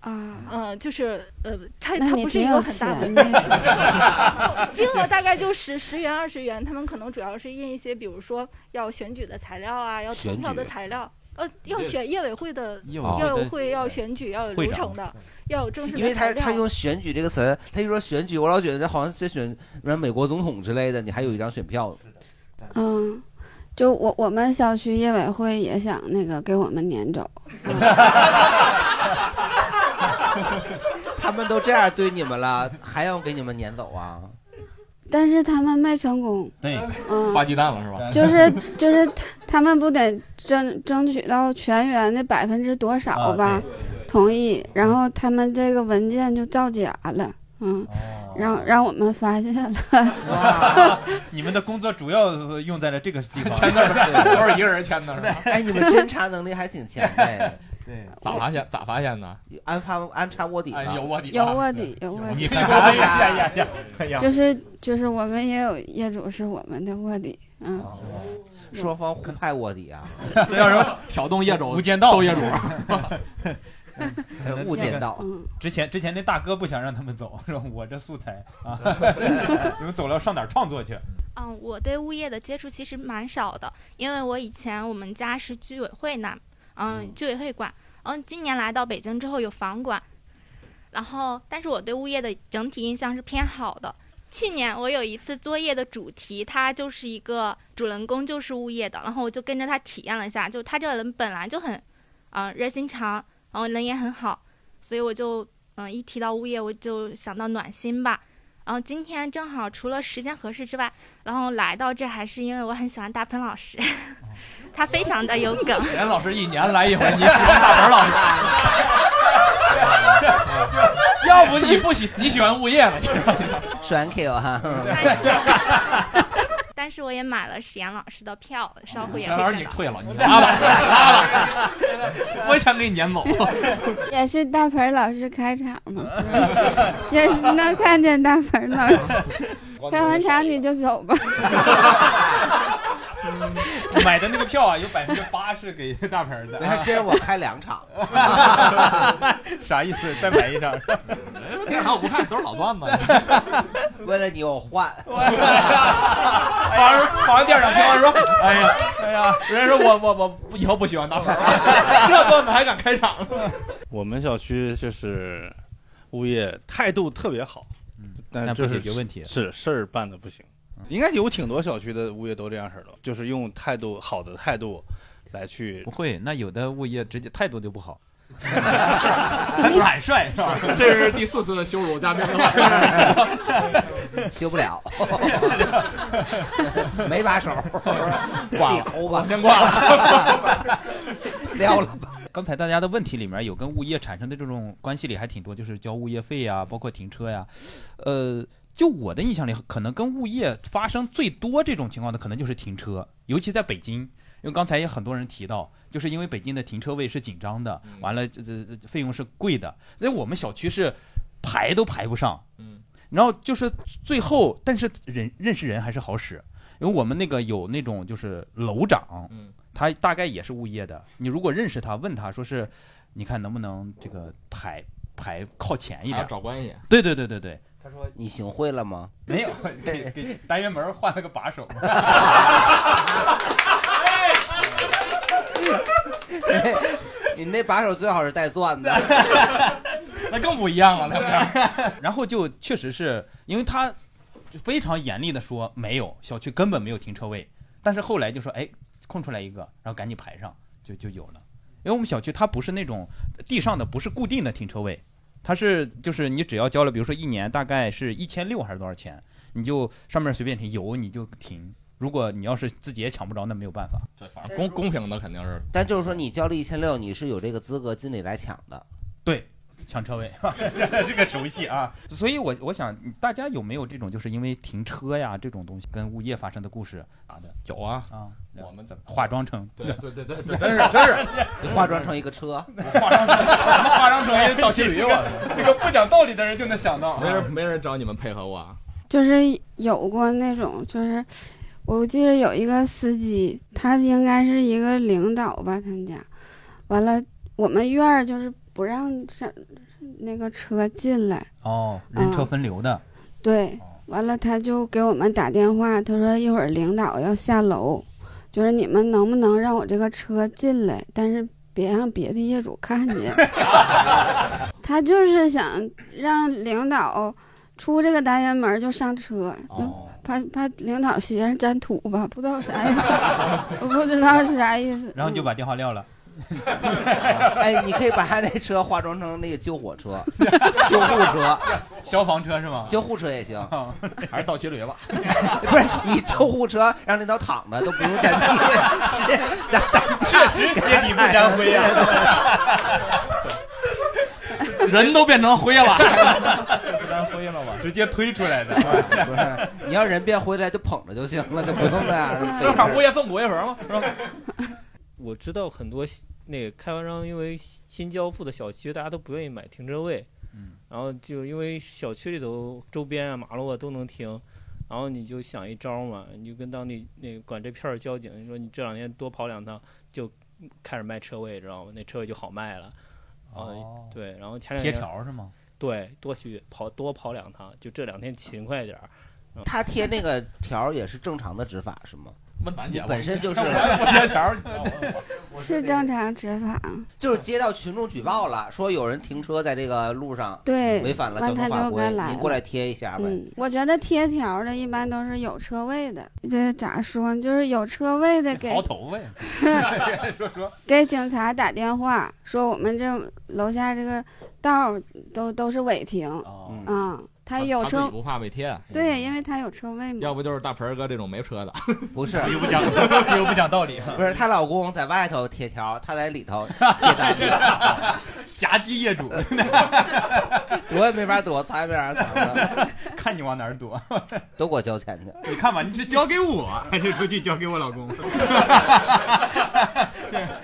Speaker 5: 啊，
Speaker 20: 嗯，就是呃，它
Speaker 5: 那
Speaker 20: 它
Speaker 5: 你
Speaker 20: 不是
Speaker 5: 挺
Speaker 20: 一
Speaker 5: 有
Speaker 20: 个很大
Speaker 5: 钱
Speaker 20: 的 金额，大概就十十元二十元。他们可能主要是印一些，比如说要选举的材料啊，要投
Speaker 5: 选
Speaker 20: 票的
Speaker 5: 举
Speaker 20: 材料，呃，要
Speaker 6: 这
Speaker 20: 选业委会的
Speaker 6: 业委
Speaker 20: 业
Speaker 6: 会
Speaker 20: 委
Speaker 6: 的
Speaker 20: 会要选举，要有
Speaker 6: 会
Speaker 20: 流
Speaker 6: 长
Speaker 20: 程的，要有正式
Speaker 6: 因为
Speaker 20: 的材
Speaker 6: 他
Speaker 20: 料。
Speaker 6: 他用选举这个词儿，他一说选举，我老觉得好像是选什么美国总统之类的，你还有一张选票。
Speaker 5: 嗯，就我我们小区业委会也想那个给我们撵走，
Speaker 6: 他们都这样对你们了，还要给你们撵走啊？
Speaker 5: 但是他们没成功。
Speaker 6: 对
Speaker 5: 嗯
Speaker 7: 发鸡蛋了是吧？
Speaker 5: 就是就是他他们不得争争取到全员的百分之多
Speaker 6: 啊
Speaker 5: 少吧、同意，然后他们这个文件就造假了，
Speaker 6: 哦
Speaker 5: 嗯，让让我们发现
Speaker 6: 啊
Speaker 5: 了，
Speaker 2: 你们的工作主要用在了这个地 方，
Speaker 7: 签字 儿 都是一个人签的是吧
Speaker 6: 哎，你们侦查能力还挺强的哎。
Speaker 7: 对，咋发现？咋发现的？
Speaker 6: 安发安插卧底哎了，
Speaker 7: 哎有卧底
Speaker 5: 有卧底有卧底，
Speaker 6: 哎
Speaker 5: 就是就是我们也有业主是我们的卧底，嗯，
Speaker 6: 双哦方互派卧 底啊，
Speaker 7: 这叫什么？挑动业主，
Speaker 2: 无间道
Speaker 7: 斗业主。
Speaker 6: 误解到
Speaker 5: 嗯
Speaker 2: 之前之前那大哥不想让他们走，说我这素材 啊，你们走了上哪儿创作去？
Speaker 19: 嗯，我对物业的接触其实蛮少的，因为我以前我们家是居委会那，嗯，居委会管，嗯，今年来到北京之后有房管，然后但是我对物业的整体印象是偏好的。去年我有一次作业的主题，它就是一个主人公就是物业的，然后我就跟着他体验了一下，就他这个人本来就很，嗯、热心肠，然后人也很好，所以我就嗯、一提到物业我就想到暖心吧。然后今天正好除了时间合适之外，然后来到这还是因为我很喜欢大鹏老师， 他非常的有梗。
Speaker 7: 钱老师一年来一回，你喜欢大鹏老师？要不你不喜你喜欢物业了？
Speaker 6: 喜欢 Q 哈。
Speaker 19: 但是我也买了史岩老师的票，稍后也
Speaker 7: 钱
Speaker 19: 会
Speaker 7: 老
Speaker 19: 再
Speaker 7: 师你
Speaker 19: 到
Speaker 7: 退了，你拉吧拉吧， 我想给你撵走。
Speaker 5: 也是大盆老师开场嘛，也是能看见大盆老师，开完场你就走吧。
Speaker 2: 买的那个票啊，有百分之八是给大盆儿的。
Speaker 6: 你看，这样我开两场，
Speaker 2: 啥意思？再买一 场？
Speaker 7: 电脑不看，都是老段子。
Speaker 6: 为了你 我 换，
Speaker 7: 房房店长听完说：“哎呀，哎呀，人家说我我我不以后不喜欢大鹏了，这段子还敢开场？
Speaker 21: 我们小区就是物业态度特别好，但
Speaker 2: 嗯但
Speaker 21: 就
Speaker 2: 不
Speaker 21: 是
Speaker 2: 解决问题
Speaker 21: 是事儿办的不行。应该有挺多小区的物业都这样式儿的，就是用态度好的态度来去
Speaker 2: 不会，那有的物业直接态度就不好， 很坦率是吧？
Speaker 7: 这是第四次的羞辱嘉宾 了，
Speaker 6: 修不了，没把手，
Speaker 2: 挂
Speaker 6: 自己抠吧，
Speaker 7: 先挂
Speaker 6: 了，撂了吧。
Speaker 2: 刚才大家的问题里面有跟物业产生的这种关系里还挺多，就是交物业费啊呀，包括停车呀，呃，就我的印象里，可能跟物业发生最多这种情况的，可能就是停车，尤其在北京，因为刚才也很多人提到，就是因为北京的停车位是紧张的，完了这这这费用是贵的，那我们小区是排都排不上，
Speaker 7: 嗯，
Speaker 2: 然后就是最后，但是人认识人还是好使，因为我们那个有那种就是楼长，
Speaker 7: 嗯，
Speaker 2: 他大概也是物业的。你如果认识他，问他说是，你看能不能这个排排靠前一
Speaker 7: 还要
Speaker 2: 点，
Speaker 7: 啊找关系。
Speaker 2: 对对对对对，
Speaker 7: 他说
Speaker 6: 你行贿了吗？
Speaker 2: 没有， 给给单元门换了个把手。
Speaker 6: 你那把手最好是带钻的，
Speaker 2: 那更不一样了，那不 然后就确实是因为他就非常严厉的说没有，小区根本没有停车位。但是后来就说，哎，空出来一个，然后赶紧排上，就就有了。因为我们小区它不是那种地上的，不是固定的停车位，它是就是你只要交了，比如说一年大概是一千六还是多少钱，你就上面随便停，有你就停。如果你要是自己也抢不着，那没有办法。
Speaker 7: 对，反正公公平的肯定是。
Speaker 6: 但就是说你交了一千六，你是有这个资格进里来抢的。
Speaker 2: 对，抢车位， 这个熟悉啊。所以我我想大家有没有这种就是因为停车呀这种东西跟物业发生的故事啥的？
Speaker 7: 有啊
Speaker 2: 啊，
Speaker 7: 我们怎么
Speaker 2: 化妆成
Speaker 7: 对对对 对对真是真是
Speaker 6: 你化妆成一个车，
Speaker 2: 化妆成
Speaker 7: 咱们化妆成一个倒骑驴吧
Speaker 2: 这个不讲道理的人就能想到啊
Speaker 7: 没人没人找你们配合我啊。
Speaker 5: 就是有过那种，就是我记得有一个司机，他应该是一个领导吧，他们家，完了我们院儿就是不让上那个车进来，
Speaker 2: 哦，人车分流
Speaker 6: 嗯
Speaker 2: 的，
Speaker 5: 对，完了他就给我们打电话，他说一会儿领导要下楼，就是你们能不能让我这个车进来，但是别让别的业主看见。他就是想让领导出这个单元门就上车，怕怕领导鞋上沾土吧，不知道啥意思，我不知道是啥意思。
Speaker 2: 然后你就把电话 撂了。
Speaker 6: 哎，你可以把他那车化妆成那个救火 车、救护车、
Speaker 2: 消防车是吗？
Speaker 6: 救护车也行，
Speaker 7: 还是倒骑驴吧。
Speaker 6: 不是，你救护车让领导躺着都不用沾地，直接让他
Speaker 2: 确实鞋底不沾灰 啊
Speaker 7: 人都变成灰了，
Speaker 2: 咱回了 吧，直接推出来的。
Speaker 6: 不是， 你要人变回来就捧着就行了，就不用那样 了。
Speaker 7: 正好物业送五月盒嘛，是吧？
Speaker 13: 我知道很多新那个开发商，因为新新交付的小区，大家都不愿意买停车位，
Speaker 2: 嗯，
Speaker 13: 然后就因为小区里头周边啊、马路啊都能停，然后你就想一招嘛，你就跟当地那个管这片儿交警，你说你这两天多跑两趟，就开始卖车位，知道吗？那车位就好卖了。
Speaker 2: 哦
Speaker 13: 啊，对，然后前两
Speaker 2: 贴
Speaker 13: 天
Speaker 2: 条是吗？
Speaker 13: 对，多去跑多跑两趟，就这两天勤快点儿。嗯
Speaker 6: 他贴那个条儿也是正常的执法是吗？
Speaker 7: 问咱
Speaker 6: 你
Speaker 7: 姐吧
Speaker 6: 本身就是
Speaker 7: 我也不贴条儿你知
Speaker 5: 是正常执法，
Speaker 6: 就是接到群众举报了，说有人停车在这个路上，
Speaker 5: 对
Speaker 6: 违反了
Speaker 5: 完
Speaker 6: 交通
Speaker 5: 他
Speaker 6: 法
Speaker 5: 就
Speaker 6: 规
Speaker 5: 该，来
Speaker 6: 你过
Speaker 5: 了
Speaker 6: 来贴一下呗。
Speaker 5: 嗯，我觉得贴条的一般都是有车位的，这咋说呢？就是有车位的给
Speaker 2: 挠头呗， 说说。
Speaker 5: 给警察打电话说我们这楼下这个道儿都都是违停，
Speaker 7: 嗯
Speaker 5: 啊，他有
Speaker 7: 他自
Speaker 5: 车
Speaker 7: 己，不怕被贴，
Speaker 5: 对，因为他有车位嘛。
Speaker 7: 要不就是大盆儿哥这种没车的，
Speaker 6: 不是
Speaker 7: 又不 讲又不讲道理，
Speaker 2: 啊
Speaker 6: 不是，她老公在外头贴条，她在里 头 贴单子，
Speaker 2: 夹击业主，
Speaker 6: 我也没法躲，擦边儿藏
Speaker 2: 看你往哪儿躲，
Speaker 6: 都给我 交钱去。
Speaker 2: 你看吧，你是交给我还是出去交给我老 公？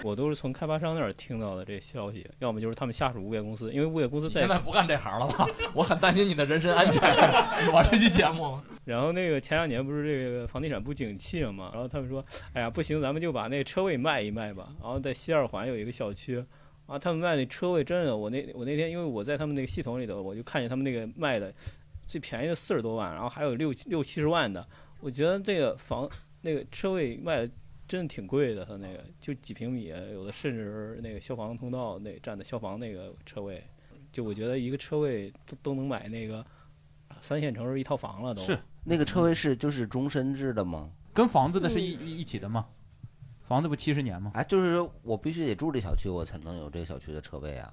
Speaker 13: 我都是从开发商那儿听到的这消息，要么就是他们下属物业公司，因为物业公司
Speaker 7: 你
Speaker 13: 在
Speaker 7: 现在不干这行了吧？我很担心你的人身安全。 我这期节目，
Speaker 13: 然后那个前两年不是这个房地产不景气了嘛，然后他们说，哎呀不行，咱们就把那车位卖一卖吧。然后在西二环有一个小区，啊，他们卖那车位真的，我那我那天因为我在他们那个系统里头，我就看见他们那个卖的最便宜的四十多万，然后还有六六七十万的，我觉得这个房那个车位卖的真的挺贵的，他那个就几平米，有的甚至那个消防通道那站的消防那个车位，就我觉得一个车位都都能买那个三线城市一套房啊了都。
Speaker 6: 那个车位是就是终身制的吗？
Speaker 2: 跟房子的是一一一起的吗？房子不七十年吗？
Speaker 6: 哎，就是我必须得住这小区，我才能有这个小区的车位啊。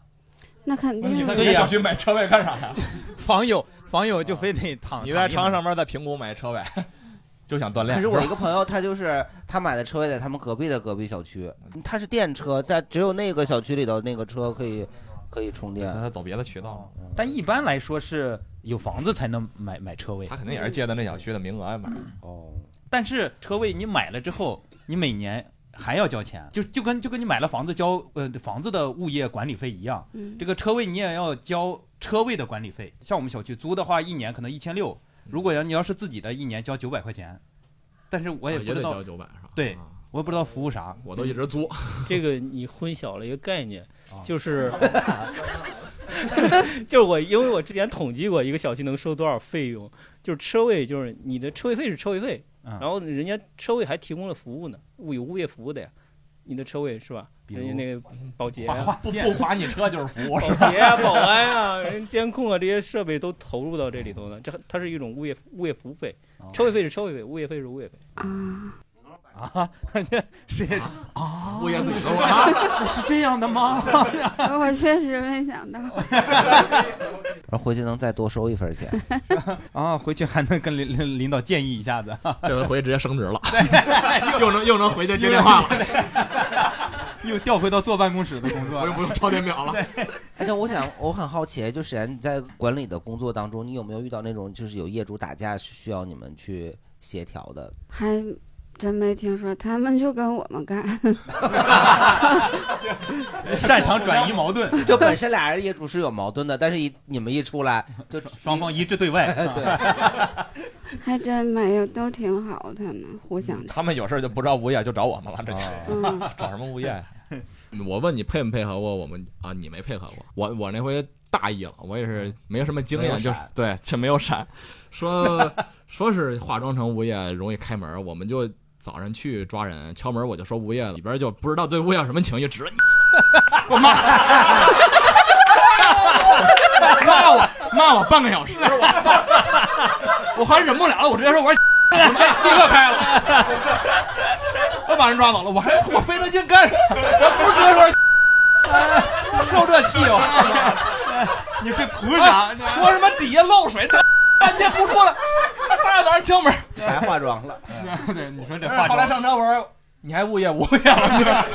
Speaker 5: 那肯定
Speaker 7: 在
Speaker 5: 啊，
Speaker 7: 你们小区买车位干啥呀？
Speaker 2: 房友房友就非得躺
Speaker 7: 你在厂上面在平谷买车位， 就想锻炼。
Speaker 6: 可是我一个朋友，他就是他买的车位在他们隔壁的隔壁小区，他是电车，但只有那个小区里头那个车可以可以充电。
Speaker 7: 他走别的渠道了，
Speaker 2: 但一般来说是有房子才能买买车位，他
Speaker 7: 肯定也是借的那小区的名额买。
Speaker 6: 哦，
Speaker 2: 但是车位你买了之后，你每年还要交钱，就就跟就跟你买了房子交呃房子的物业管理费一样，
Speaker 5: 嗯
Speaker 2: 这个车位你也要交车位的管理费。像我们小区租的话，一年可能一千六，如果要你要是自己的，一年交九百块钱，但是我也
Speaker 7: 啊
Speaker 2: 不
Speaker 7: 也
Speaker 2: 知
Speaker 7: 得
Speaker 2: 道
Speaker 7: 交900是吧啊
Speaker 2: 对，我也不知道服务啥，
Speaker 7: 我都一直作。
Speaker 13: 嗯这个你混淆了一个概念，
Speaker 2: 啊
Speaker 13: 就是 就是我，因为我之前统计过一个小区能收多少费用，就是车位，就是你的车位费是车位费，
Speaker 2: 嗯
Speaker 13: 然后人家车位还提供了服务呢，物有物业服务的呀，你的车位是吧？
Speaker 2: 比如
Speaker 13: 人家那个保洁啊
Speaker 7: 划 划线不不划你车就是服务
Speaker 13: 保洁啊、保安啊、人监控啊这些设备都投入到这里头呢，这它是一种物业物业服务费，
Speaker 2: 哦
Speaker 13: 车位费是车位费，物业费是物业费。
Speaker 2: 啊， 谁也是啊，
Speaker 13: 物业自己
Speaker 2: 说
Speaker 13: 说
Speaker 2: 啊， 是这样的吗？
Speaker 5: 我确实没想到。
Speaker 6: 然后回去能再多收一分钱。
Speaker 2: 啊，回去还能跟领领领导建议一下子，
Speaker 7: 这回回直接升职了，
Speaker 2: 又
Speaker 7: 能又能回去接电话了，
Speaker 2: 又调回到坐办公室的工作，
Speaker 7: 不用不用抄电表了。
Speaker 6: 哎，那我想我很好奇，就沈你在管理的工作当中，你有没有遇到那种就是有业主打架需要你们去协调的？
Speaker 5: 还真没听说，他们就跟我 们干。
Speaker 2: 擅长转移矛盾
Speaker 6: 就本身俩人业主是有矛盾的，但是一你们一出来，就 双
Speaker 2: 方一致对外。 啊
Speaker 6: 对，
Speaker 5: 还真没有，都挺好，他们互相。
Speaker 7: 他们有事儿就不找物业，就找我们了，这
Speaker 5: 嗯
Speaker 7: 就找什么物业呀？啊 我问你配没配合过我们啊？你没配合过，我我那回大意了，我也是没什么经
Speaker 21: 没
Speaker 7: 验，
Speaker 21: 有
Speaker 7: 就是
Speaker 21: 闪
Speaker 7: 对，这没有闪，说说是化妆成物业容易开门，我们就早上去抓人，敲门我就说物业里边就不知道对物业有什么情绪，只 我骂骂我骂我半个小时，我 我还忍不了了，我直接说我说 立刻开了。我 把人抓走了，我还我费那劲干啥？我不是直接说受这气哦，
Speaker 2: 你是图啥？
Speaker 7: 说什么底下漏水，这半天不出来，大早上敲门，
Speaker 6: 白化妆了。
Speaker 2: 对，你说这化
Speaker 7: 后来
Speaker 2: 妆，
Speaker 7: 上车我说你还物业物业 了，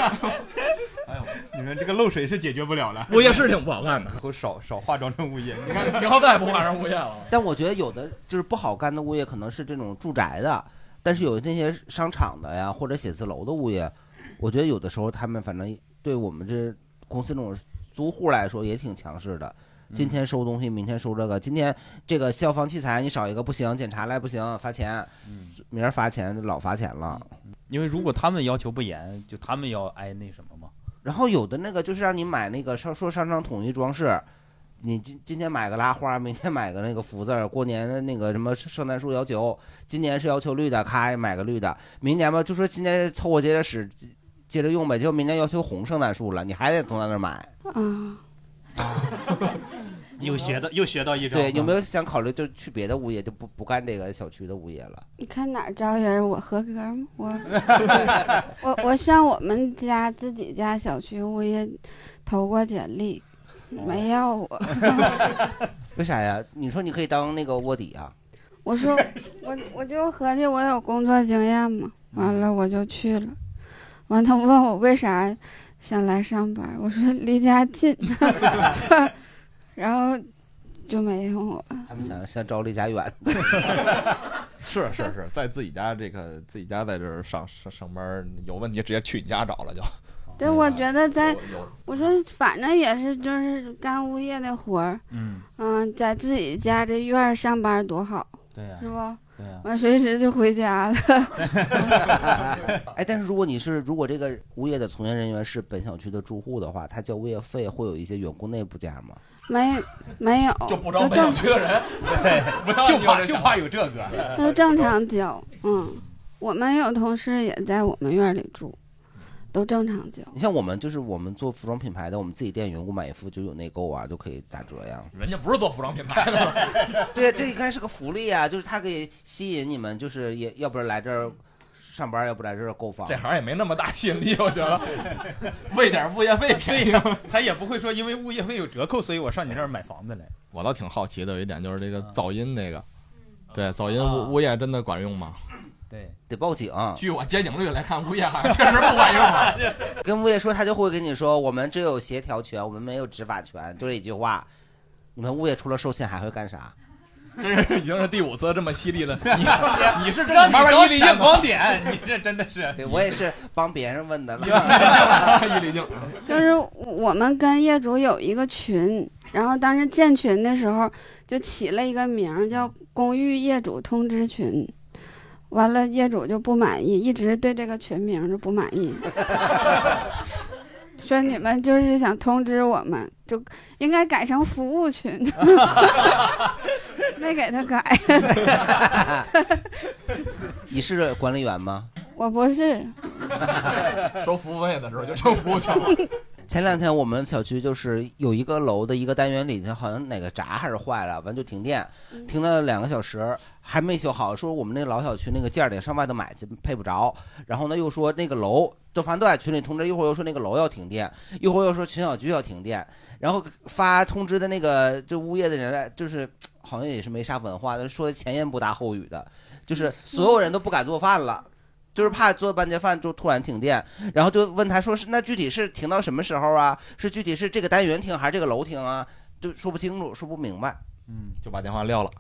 Speaker 2: 哎你说这个漏水是解决不了了，
Speaker 7: 物业是挺不好干的，
Speaker 2: 我少少化妆成物业，你
Speaker 7: 看以后再也不化妆物业了。
Speaker 6: 但我觉得有的就是不好干的物业，可能是这种住宅的，但是有那些商场的呀，或者写字楼的物业，我觉得有的时候他们反正对我们这公司这种租户来说也挺强势的。
Speaker 2: 嗯
Speaker 6: 今天收东西，明天收这个。今天这个消防器材你少一个不行，检查来不行，罚钱。
Speaker 2: 嗯
Speaker 6: 明儿罚钱，老罚钱了。
Speaker 2: 因为如果他们要求不严，就他们要挨那什么嘛。
Speaker 6: 然后有的那个就是让你买那个说说商场统一装饰，你今今天买个拉花，明天买个那个福字儿，过年的那个什么圣诞树摇球，今年是要求绿的，咔买个绿的，明年吧就说今年凑合接着使，接接着用呗，结果明年要求红圣诞树了，你还得从他那儿买。
Speaker 5: 啊，
Speaker 2: 又学到又学到一招，
Speaker 6: 对，有没有想考虑就去别的物业，就不不干这个小区的物业了？
Speaker 5: 你看哪儿招人？我合格吗？我我我上我们家自己家小区物业投过简历，没要我。
Speaker 6: 为啥呀？你说你可以当那个卧底啊？
Speaker 5: 我说我我就合计我有工作经验嘛，完了我就去了。完他问我为啥想来上班，我说离家近， 然后就没用我。
Speaker 6: 他们想想招离家远 的，
Speaker 7: 是是是，在自己家这个自己家在这儿上上上班，有问题直接去你家找了就。
Speaker 5: 对，我
Speaker 7: 啊
Speaker 5: 觉得在，我说反正也是就是干物业的活儿，
Speaker 2: 嗯
Speaker 5: 嗯，在自己家这院儿上班多好，
Speaker 2: 对 呀
Speaker 5: 是不？
Speaker 2: 对啊呀
Speaker 5: 完随时就回家了。
Speaker 6: 哎，但是如果你是如果这个物业的从业人员是本小区的住户的话，他交物业费会有一些员工内部价吗？
Speaker 5: 没没有，
Speaker 7: 就不招
Speaker 5: 都
Speaker 7: 本小
Speaker 5: 正
Speaker 7: 区的 人，
Speaker 2: 就怕就怕有这
Speaker 5: 都
Speaker 2: 个，
Speaker 5: 正常交，嗯，我们有同事也在我们院里住，都正常交。
Speaker 6: 你像我们就是我们做服装品牌的，我们自己店员工买一副就有内购啊，就可以打折呀。
Speaker 7: 人家不是做服装品牌的，
Speaker 6: 对，这应该是个福利啊，就是它可以吸引你们，就是也要不然来这儿上班，要不来这儿购房。
Speaker 7: 这行也没那么大吸引力，我觉得。为点物业费 便宜，
Speaker 2: 他也不会说因为物业费有折扣，所以我上你这儿买房子来。
Speaker 7: 我倒挺好奇的，有一点就是这个噪音这个，对噪音物物业真的管用吗？
Speaker 2: 对，
Speaker 6: 得报警。
Speaker 7: 据我接警率来看，物业好像确实不管用啊。
Speaker 6: 跟物业说，他就会跟你说，我们只有协调权，我们没有执法权，就这一句话。你们物业除了收钱还会干啥？
Speaker 7: 真是已经是第五次这么犀利 了。
Speaker 2: 你
Speaker 7: 你是真
Speaker 2: 让
Speaker 7: 的
Speaker 2: 你
Speaker 7: 慢慢
Speaker 2: 找
Speaker 7: 一粒
Speaker 2: 闪
Speaker 7: 硬
Speaker 2: 光点，你 这真的是。
Speaker 6: 对我也是帮别人问的了。
Speaker 7: 一粒硬。
Speaker 5: 就是我们跟业主有一个群，然后当时建群的时候就起了一个名儿叫“公寓业主通知群”，完了业主就不满意，一直对这个群名就不满意，说你们就是想通知我们，就应该改成服务群，没给他改。
Speaker 6: 你是管理员吗？
Speaker 5: 我不是，
Speaker 4: 收服务费的时候就成服务圈 了。
Speaker 6: 前两天我们小区就是有一个楼的一个单元里头，好像哪个闸还是坏了，完就停电，停了两个小时还没修好。说我们那个老小区那个件儿得上外头买去，配不着。然后呢，又说那个楼，就反正都在群里通知，一会儿又说那个楼要停电，一会儿又说群小区要停电。然后发通知的那个就物业的人，就是好像也是没啥文化的，说的前言不搭后语的，就是所有人都不敢做饭了。就是怕做半截饭就突然停电，然后就问他说是那具体是停到什么时候啊？是具体是这个单元停还是这个楼停啊？就说不清楚，说不明白。
Speaker 2: 嗯，
Speaker 6: 就把电话 撂了。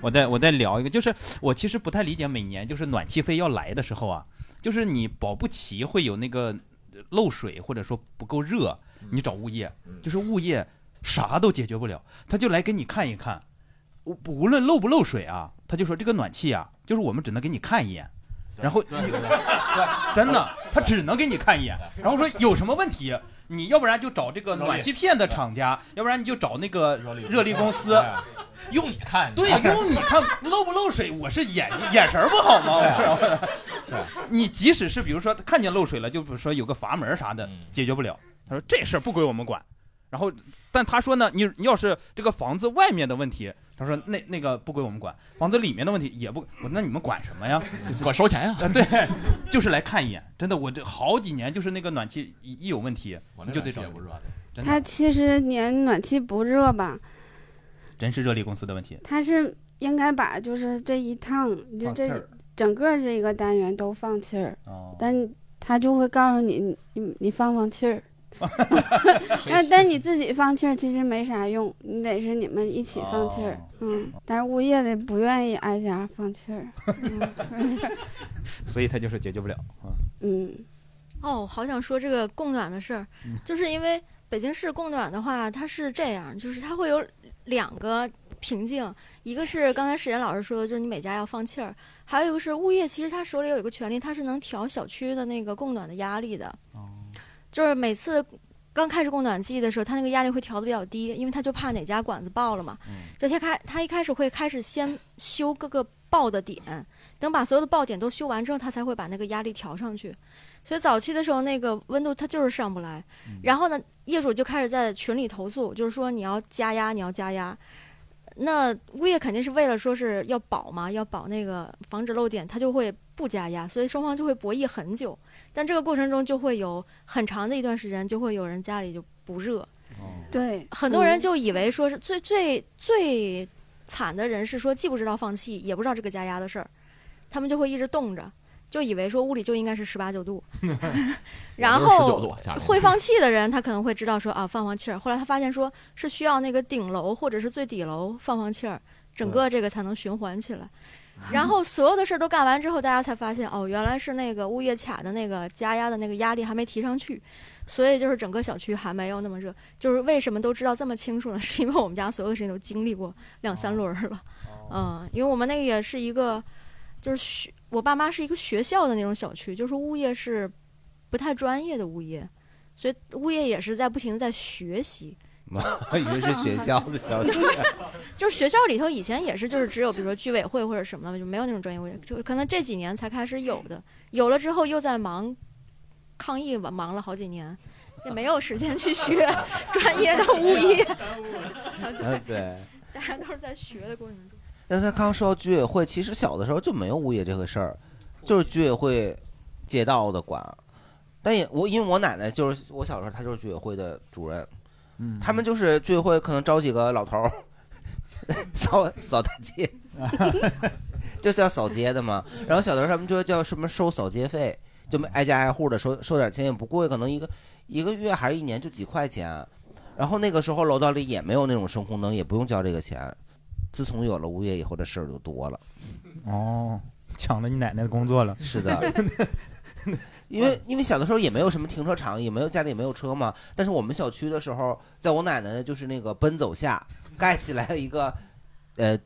Speaker 2: 我再我再聊一个，就是我其实不太理解，每年就是暖气费要来的时候啊，就是你保不齐会有那个漏水或者说不够热，
Speaker 4: 嗯
Speaker 2: 你找物业，就是物业啥都解决不了，他就来给你看一看，无无论漏不漏水啊，他就说这个暖气啊，就是我们只能给你看一眼。然后
Speaker 4: 对对对对
Speaker 2: 真的，他只能给你看一眼，然后说有什么问题，你要不然就找这个暖气片的厂家，要不然你就找那个热力公司，
Speaker 4: 用你看，
Speaker 2: 对，用你看漏不漏水，我是眼睛眼神儿不好吗？我
Speaker 4: 对，
Speaker 2: 你即使是比如说看见漏水了，就比如说有个阀门啥的解决不了，他说这事儿不归我们管。然后，但他说呢，你你要是这个房子外面的问题，他说那那个不归我们管，房子里面的问题也不，我那你们管什么呀？就是、呃
Speaker 7: 管收钱呀、
Speaker 2: 对，就是来看一眼。真的，我这好几年就是那个暖气一一有问题，你就得找。不热的，真
Speaker 5: 它
Speaker 2: 的，
Speaker 5: 其实连暖气不热吧，
Speaker 2: 真是热力公司的问题。
Speaker 5: 它是应该把就是这一趟就
Speaker 2: 放气
Speaker 5: 这
Speaker 2: 儿
Speaker 5: 整个这个单元都放气儿，但它就会告诉你你你你放放气儿。 那但你自己放气儿其实没啥用，你得是你们一起放气儿，嗯。但是物业的不愿意挨家放气儿，
Speaker 2: 所以他就是解决不了啊。
Speaker 5: 嗯。
Speaker 17: 哦，我好想说这个供暖的事儿，就是因为北京市供暖的话，它是这样，就是它会有两个瓶颈，一个是刚才史岩老师说的，就是你每家要放气儿，还有一个是物业，其实他手里有一个权利，他是能调小区的那个供暖的压力的，就是每次。刚开始供暖季的时候，他那个压力会调的比较低，因为他就怕哪家管子爆了嘛。
Speaker 19: 嗯
Speaker 17: 就他开他一开始会开始先修各个爆的点，等把所有的爆点都修完之后，他才会把那个压力调上去。所以早期的时候，那个温度它就是上不来。然后呢，业主就开始在群里投诉，就是说你要加压，你要加压。那物业肯定是为了说是要保嘛，要保那个防止漏点，他就会不加压，所以双方就会博弈很久。但这个过程中就会有很长的一段时间，就会有人家里就不热，
Speaker 5: 对，
Speaker 17: 很多人
Speaker 5: 嗯
Speaker 17: 就以为说是最最最惨的人是说既不知道放气，也不知道这个加压的事儿，他们就会一直冻着，就以为说屋里就应该是十八九度，然
Speaker 7: 19度
Speaker 17: 后
Speaker 7: 啊家里
Speaker 17: 会放气的人他可能会知道说啊放放气儿，后来他发现说是需要那个顶楼或者是最底楼放放气儿，整个这个才能循环起来。然后所有的事儿都干完之后，大家才发现哦，原来是那个物业卡的那个加压的那个压力还没提上去，所以就是整个小区还没有那么热。就是为什么都知道这么清楚呢？ 是因为我们家所有的事情都经历过两三轮儿了，嗯，因为我们那个也是一个，就是学我爸妈是一个学校的那种小区，就是物业是不太专业的物业，所以物业也是在不停的在学习。
Speaker 6: 我 以为是学校的小 姐。
Speaker 17: 就是学校里头以前也是，就是只有比如说居委会或者什么的，就没有那种专业物业，就可能这几年才开始有的。有了之后又在忙抗疫吧，忙了好几年，也没有时间去学专业的物业。
Speaker 6: 嗯，对。
Speaker 17: 大家都是在学的过程中。
Speaker 6: 但是他刚说到居委会，其实小的时候就没有物业这回事儿，就是居委会、街道的管。但也我因为我奶奶就是我小时候她就是居委会的主任，
Speaker 2: 嗯
Speaker 6: 他们就是居委会可能招几个老头儿 扫扫大街，就叫扫街的嘛。然后小的时候他们就叫什么收扫街费，就挨家挨户的收收点钱，也不贵，可能一个一个月还是一年就几块钱。然后那个时候楼道里也没有那种声控灯，也不用交这个钱。自从有了物业以后，这事儿就多了。
Speaker 2: 哦，抢了你奶奶的工作了。
Speaker 6: 是的因为因为小的时候也没有什么停车场，也没有家里也没有车嘛。但是我们小区的时候，在我奶奶就是那个奔走下盖起来了一个，呃，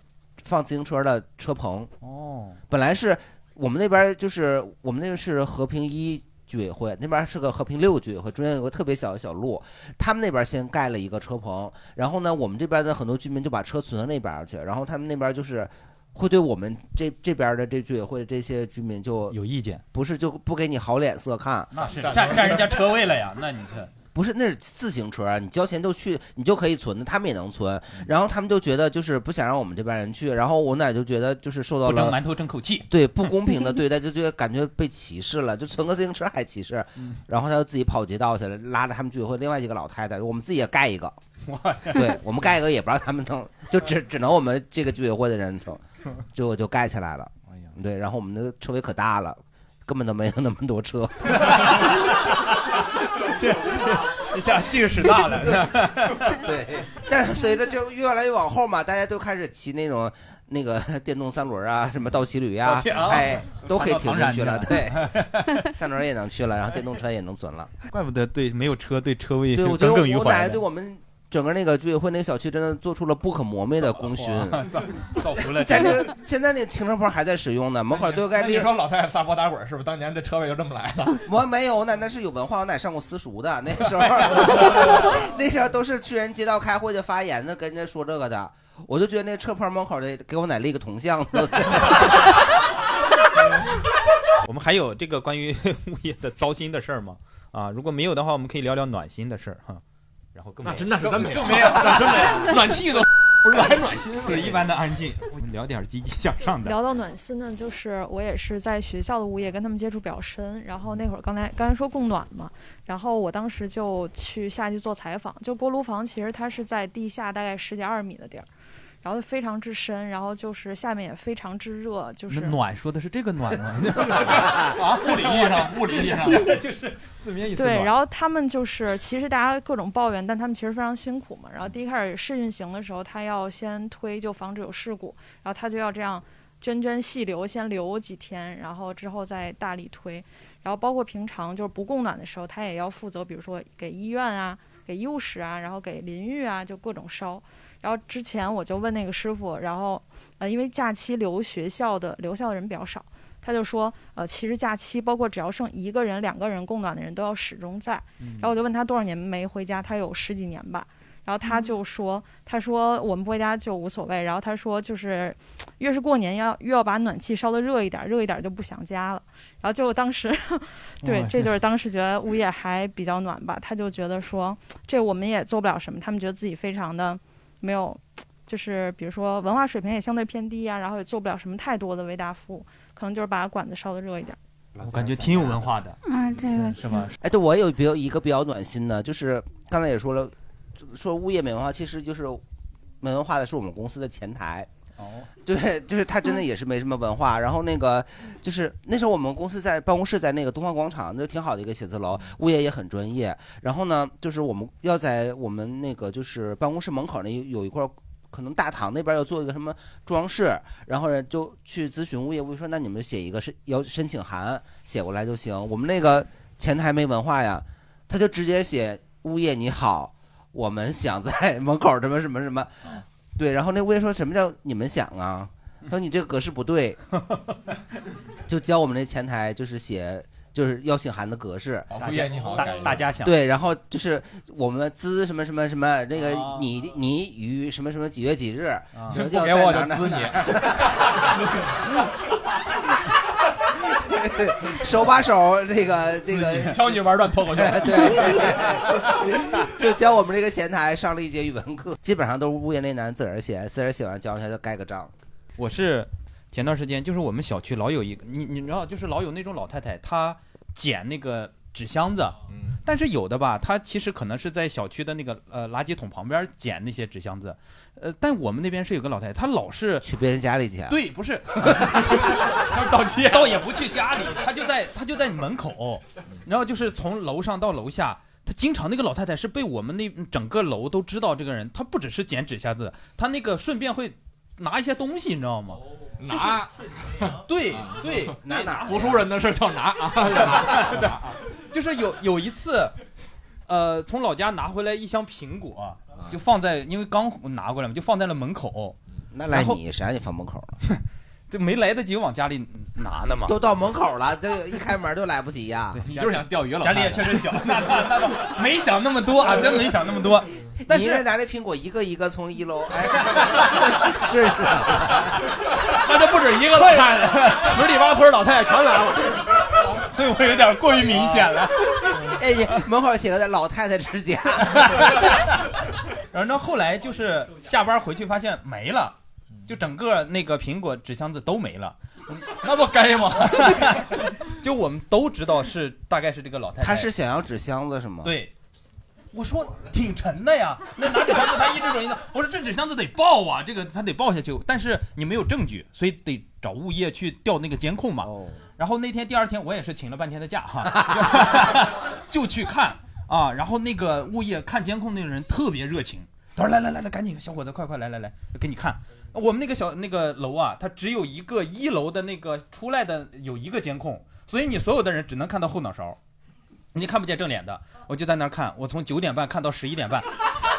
Speaker 6: 放自行车的车棚。
Speaker 2: 哦，
Speaker 6: 本来是我们那边就是我们那个是和平一居委会，那边是个和平六居委会，中间有个特别小的小路，他们那边先盖了一个车棚，然后呢，我们这边的很多居民就把车存到那边去，然后他们那边就是。会对我们这这边的这居委会这些居民就
Speaker 2: 有意见，
Speaker 6: 不是就不给你好脸色看，
Speaker 2: 那是占占人家车位了呀，那你 这
Speaker 6: 不是，那是自行车啊，你交钱就去，你就可以存的，他们也能存。
Speaker 2: 嗯
Speaker 6: 然后他们就觉得就是不想让我们这边人去，然后我奶就觉得就是受到
Speaker 2: 不争
Speaker 6: 了
Speaker 2: 馒头争口气，
Speaker 6: 对不公平的对待，就觉得感觉被歧视了，就存个自行车还歧视。
Speaker 2: 嗯
Speaker 6: 然后他就自己跑街道去了，拉着他们居委会另外几个老太太，我们自己也盖一个， 对我们盖一个也不让他们蹭，就只只能我们这个居委会的人蹭，结果就盖起来了。
Speaker 2: 哎
Speaker 6: 对，然后我们的车位可大了，根本都没有那么 多车。
Speaker 2: 一下劲儿使大了。
Speaker 6: 对，但是随着就越来越往后嘛，大家都开始骑那种那个 电动三轮啊，什么倒骑驴
Speaker 2: 倒
Speaker 6: 啊
Speaker 2: 骑啊，
Speaker 6: 哎，都可以停进去了。对
Speaker 2: 爬到，
Speaker 6: 三轮也能去了，然后电动车也能存了。
Speaker 2: 怪不得对没有车对车位
Speaker 6: 对，
Speaker 2: 是
Speaker 6: 我觉得
Speaker 2: 耿耿于
Speaker 6: 我奶
Speaker 2: 怀
Speaker 6: 奶对
Speaker 2: 的。
Speaker 6: 我们整个那个居委会那个小区真的做出了不可磨灭的 功勋。
Speaker 4: 造福了
Speaker 6: 在那个现在那个停车棚还在使用呢，门口都该
Speaker 4: 那你
Speaker 6: 立。
Speaker 4: 说老太太撒泼打滚是不是？当年这车位就这么 来的？
Speaker 6: 我没有，我奶奶是有文化，我奶奶上过私塾的。那 时候，那时候都是去人街道开会就发言的，跟人家说这个的。我就觉得那车棚门口的给我奶立个铜像。
Speaker 2: 我们还有这个关于物业的糟心的事儿吗？啊，如果没有的话，我们可以聊聊暖心的事儿哈。然后更
Speaker 7: 那
Speaker 2: 没
Speaker 7: 真那是真没有
Speaker 2: 更没有， 那真没有，
Speaker 7: 暖气都 不
Speaker 2: 不
Speaker 7: 知
Speaker 2: 知道
Speaker 7: 道
Speaker 2: 还
Speaker 7: 还
Speaker 2: 暖
Speaker 7: 暖
Speaker 2: 心
Speaker 7: 心
Speaker 2: 呢
Speaker 7: 呢。
Speaker 2: 死一般的安静，我们聊点儿积极向上的。
Speaker 12: 聊到暖心呢，就是我也是在学校的物业跟他们接触比较深，然后那会儿刚才刚才说供暖嘛，然后我当时就去下去做采访，就锅炉房其实它是在地下大概十几二米的地儿，然后非常之深，然后就是下面也非常之热，就是
Speaker 2: 那暖说的是这个暖吗？
Speaker 4: 啊，物理意义上，物理意义上
Speaker 2: 就是字面意思
Speaker 12: 对，
Speaker 2: 暖
Speaker 12: 然后他们就是，其实大家各种抱怨，但他们其实非常辛苦嘛。然后第一开始试运行的时候，他要先推，就防止有事故，然后他就要这样涓涓细流，先流几天，然后之后再大力推。然后包括平常就是不供暖的时候，他也要负责，比如说给医院啊、给医务室啊，然后给淋浴啊，就各种烧。然后之前我就问那个师傅，然后呃，因为假期留学校的留校的人比较少，他就说，呃，其实假期包括只要剩一个人、两个人供暖的人都要始终在。然后我就问他多少年没回家，他有十几年吧。然后他就说，他说我们不回家就无所谓。然后他说，就是越是过年要越要把暖气烧得热一点，热一点就不想家了。然后就当时， 对，
Speaker 1: 哇
Speaker 12: 这就是当时觉得物业还比较暖吧。他就觉得说，这我们也做不了什么，他们觉得自己非常的没有。就是比如说文化水平也相对偏低啊，然后也做不了什么太多的为大家服务，可能就是把管子烧得热一点。
Speaker 2: 我感觉挺有文化的。
Speaker 5: 啊，这个
Speaker 2: 是吧？
Speaker 6: 哎，对，我也有比较一个比较暖心的，就是刚才也说了，说物业美文化，其实就是美文化的是我们公司的前台。
Speaker 2: 哦，
Speaker 6: 对，就是他真的也是没什么文化。然后那个就是那时候我们公司在办公室在那个东方广场，那挺好的一个写字楼，物业也很专业。然后呢，就是我们要在我们那个就是办公室门口那有一块。可能大堂那边要做一个什么装饰，然后呢就去咨询物业，物业说那你们写一个申要申请函写过来就行。我们那个前台没文化呀，他就直接写物业你好，我们想在 门口什么什么什么，
Speaker 2: 嗯
Speaker 6: 对，然后那物业说什么叫你们想啊？他说你这个格式 不对，就教我们那前台就是写就是邀请函的格式。
Speaker 4: 哦物业你好
Speaker 2: 大
Speaker 4: 改一下
Speaker 2: 大家想
Speaker 6: 对，然后就是我们资什么什么什么，那个
Speaker 2: 哦
Speaker 6: 你你于什么什么几月几日，
Speaker 2: 嗯
Speaker 6: 什么
Speaker 4: 不
Speaker 6: 叫
Speaker 4: 给我
Speaker 6: 在哪
Speaker 4: 就滋
Speaker 6: 儿哪儿哪儿 手把手那个那个
Speaker 4: 教你玩段脱口 秀。
Speaker 6: 对， 就教我们这个前台上了一节语文课，基本上都是物业那男自个儿写，自个儿写完交上去就盖个章。
Speaker 2: 我是前段时间，就是我们小区老有一个，你你知道，就是老有那种老太太，她捡那个纸箱子，但是有的吧，她其实可能是在小区的那个呃垃圾桶旁边捡那些纸箱子，呃，但我们那边是有个老太太，她老是
Speaker 6: 去别人家里捡，
Speaker 2: 对，不是，就是盗窃， 倒也不去家里，她就在她就在你门口，然后就是从楼上到楼下。她经常那个老太太是被我们那整个楼都知道这个人，她不只是捡纸箱子，她那个顺便会拿一些东西，你知道吗？就是
Speaker 4: 拿，
Speaker 2: 对对，啊
Speaker 6: 拿哪
Speaker 4: 啊读书人的事叫拿啊，
Speaker 2: 就是有有一次，呃，从老家拿回来一箱苹果，
Speaker 4: 啊嗯
Speaker 2: 就放在，因为刚拿过来嘛，就放在了门口。
Speaker 6: 那赖你，谁让你放门口了？
Speaker 2: 这没来得及往家里拿呢嘛。
Speaker 6: 都到门口了，这一开门就来不及呀。
Speaker 2: 你就是想钓鱼了家里也确实 小，那那那倒没想那么多，啊，真没想那么多。但
Speaker 6: 你
Speaker 2: 是
Speaker 6: 应该拿着苹果一个一个从一楼，哎，是是，
Speaker 2: 啊 那就不止一个老太太，十里八村老太太全来 了，会不会有点过于明显了？
Speaker 6: 哎，你门口写个“老太太之 家
Speaker 2: 然后后来就是下班回去发现没了，
Speaker 4: 嗯
Speaker 2: 就整个那个苹果纸箱子都没了， 那不该吗？就我们都知道是大概是这个老”，太太，
Speaker 6: 他是想要纸箱子是吗？
Speaker 2: 对。我说挺沉的呀，那拿纸箱子他一只手一拿，我说这纸箱子得抱啊，这个他得抱下去，但是你没有证据，所以得找物业去调那个监控嘛。然后那天第二天我也是请了半天的假哈，就去看啊，然后那个物业看监控那个人特别热情，他说来来来来，赶紧小伙子快快来来来，给你看。我们那个小那个楼啊，它只有一个一楼的那个出来的有一个监控，所以你所有的人只能看到后脑勺。你看不见正脸的，我就在那儿看，我从九点半看到十一点半，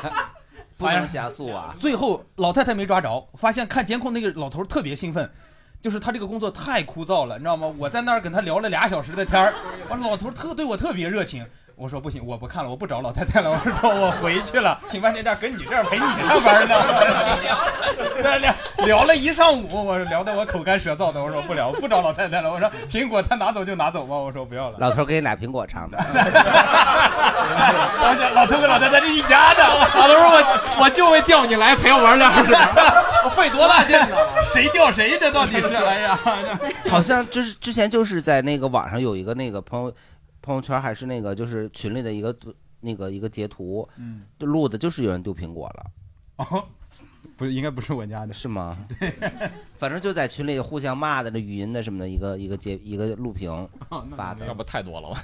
Speaker 6: 不能加速啊！
Speaker 2: 哎最后老太太没抓着，发现看监控那个老头儿特别兴奋，就是他这个工作太枯燥了，你知道吗？我在那儿跟他聊了俩小时的天儿，我老头儿特对我特别热情。我说不行，我不看了，我不找老太太了，我说我回去了，请半天假跟你这儿陪你上班呢。对聊聊了一上午，我说聊得我口干舌燥的，我说不聊，不找老太太了，我说苹果他拿走就拿走吧，我说不要了。
Speaker 6: 老头给你俩苹果尝尝。
Speaker 2: 而且 老头跟老太太是一家的，
Speaker 7: 老头说我我就会钓你来陪我玩两小时，
Speaker 2: 我费多大劲呢？ 谁钓谁？这到底是？ 哎 呀，
Speaker 6: 好像就是之前就是在那个网上有一个那个朋友朋友圈还是那个就是群里的一个那个一个截图，
Speaker 2: 嗯，
Speaker 6: 就录的就是有人丢苹果了。
Speaker 2: 哦，不是，应该不是我家的，
Speaker 6: 是吗？ 反正就在群里互相骂的、那语音的什么的，一个一个截一个录屏
Speaker 2: 哦那
Speaker 6: 发的，
Speaker 2: 要
Speaker 7: 不太多了吧？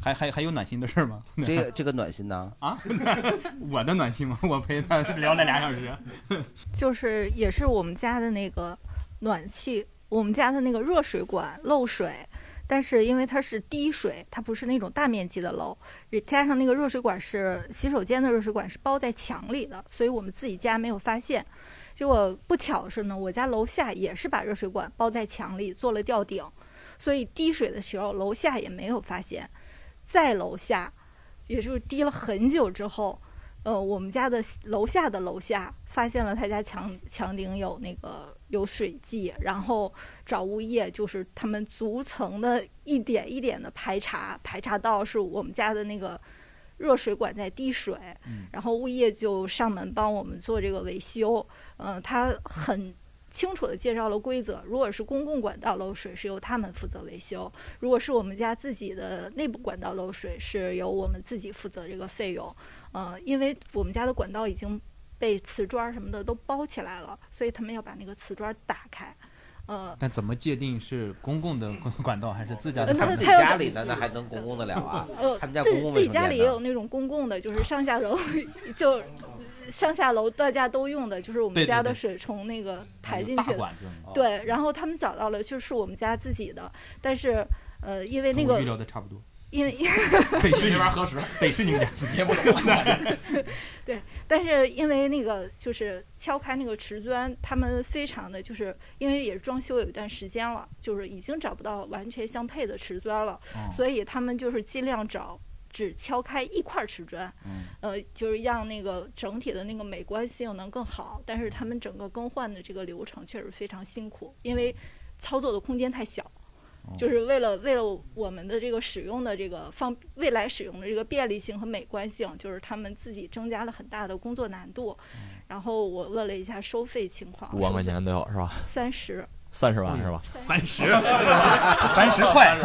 Speaker 2: 还还还有暖心的事儿吗？
Speaker 6: 这个这个暖心呢？
Speaker 2: 啊， 我的暖心吗？我陪他聊了俩小时。
Speaker 20: 就是也是我们家的那个暖气，我们家的那个热水管漏水，但是因为它是滴水，它不是那种大面积的漏，加上那个热水管是洗手间的热水管是包在墙里的，所以我们自己家没有发现。结果不巧是呢，我家楼下也是把热水管包在墙里做了吊顶，所以滴水的时候楼下也没有发现，在楼下，也就是滴了很久之后，呃，我们家的楼下的楼下发现了他家墙墙顶有那个有水迹，然后找物业，就是他们逐层的一点一点的排查，排查到是我们家的那个热水管在滴水，然后物业就上门帮我们做这个维修。嗯、他很清楚地介绍了规则，如果是公共管道漏水，是由他们负责维修；如果是我们家自己的内部管道漏水，是由我们自己负责这个费用。嗯、因为我们家的管道已经被瓷砖儿什么的都包起来了，所以他们要把那个瓷砖儿打开。呃，
Speaker 2: 但怎么界定是公共的管道还是自家
Speaker 20: 呃
Speaker 2: 的？
Speaker 20: 那他们自己他有
Speaker 6: 家里的那还能公共得了啊？
Speaker 20: 呃，
Speaker 6: 他们家
Speaker 20: 自
Speaker 6: 公共
Speaker 20: 自
Speaker 6: 卫
Speaker 20: 己
Speaker 6: 生
Speaker 20: 家
Speaker 6: 间
Speaker 20: 里
Speaker 6: 呢
Speaker 20: 也有那种公共的，就是上下楼就上下楼大家都用的，就是我
Speaker 2: 对
Speaker 20: 们
Speaker 2: 对
Speaker 20: 家
Speaker 2: 对
Speaker 20: 的水从那个排进
Speaker 2: 大
Speaker 20: 去的。
Speaker 2: 管子哦嘛
Speaker 20: 对，然后他们找到了，就是我们家自己的，但是呃，因为那
Speaker 2: 跟我
Speaker 20: 个
Speaker 2: 预料的差不多，
Speaker 20: 因为
Speaker 2: 得是你们核实，得是你们家自己。
Speaker 20: 对，但是因为那个就是敲开那个瓷砖，他们非常的就是因为也装修有一段时间了，就是已经找不到完全相配的瓷砖了，
Speaker 1: 哦
Speaker 20: 所以他们就是尽量找只敲开一块瓷砖，
Speaker 2: 嗯
Speaker 20: 呃，就是让那个整体的那个美观性能更好。但是他们整个更换的这个流程确实非常辛苦，因为操作的空间太小。
Speaker 7: 哦
Speaker 20: 就是为了为了我们的这个使用的这个方未来使用的这个便利性和美观性，就是他们自己增加了很大的工作难度。然后我问了一下收费情况，
Speaker 7: 嗯五万块钱都有是吧？
Speaker 20: 三十，
Speaker 7: 三十万是吧？
Speaker 2: 三 十三十块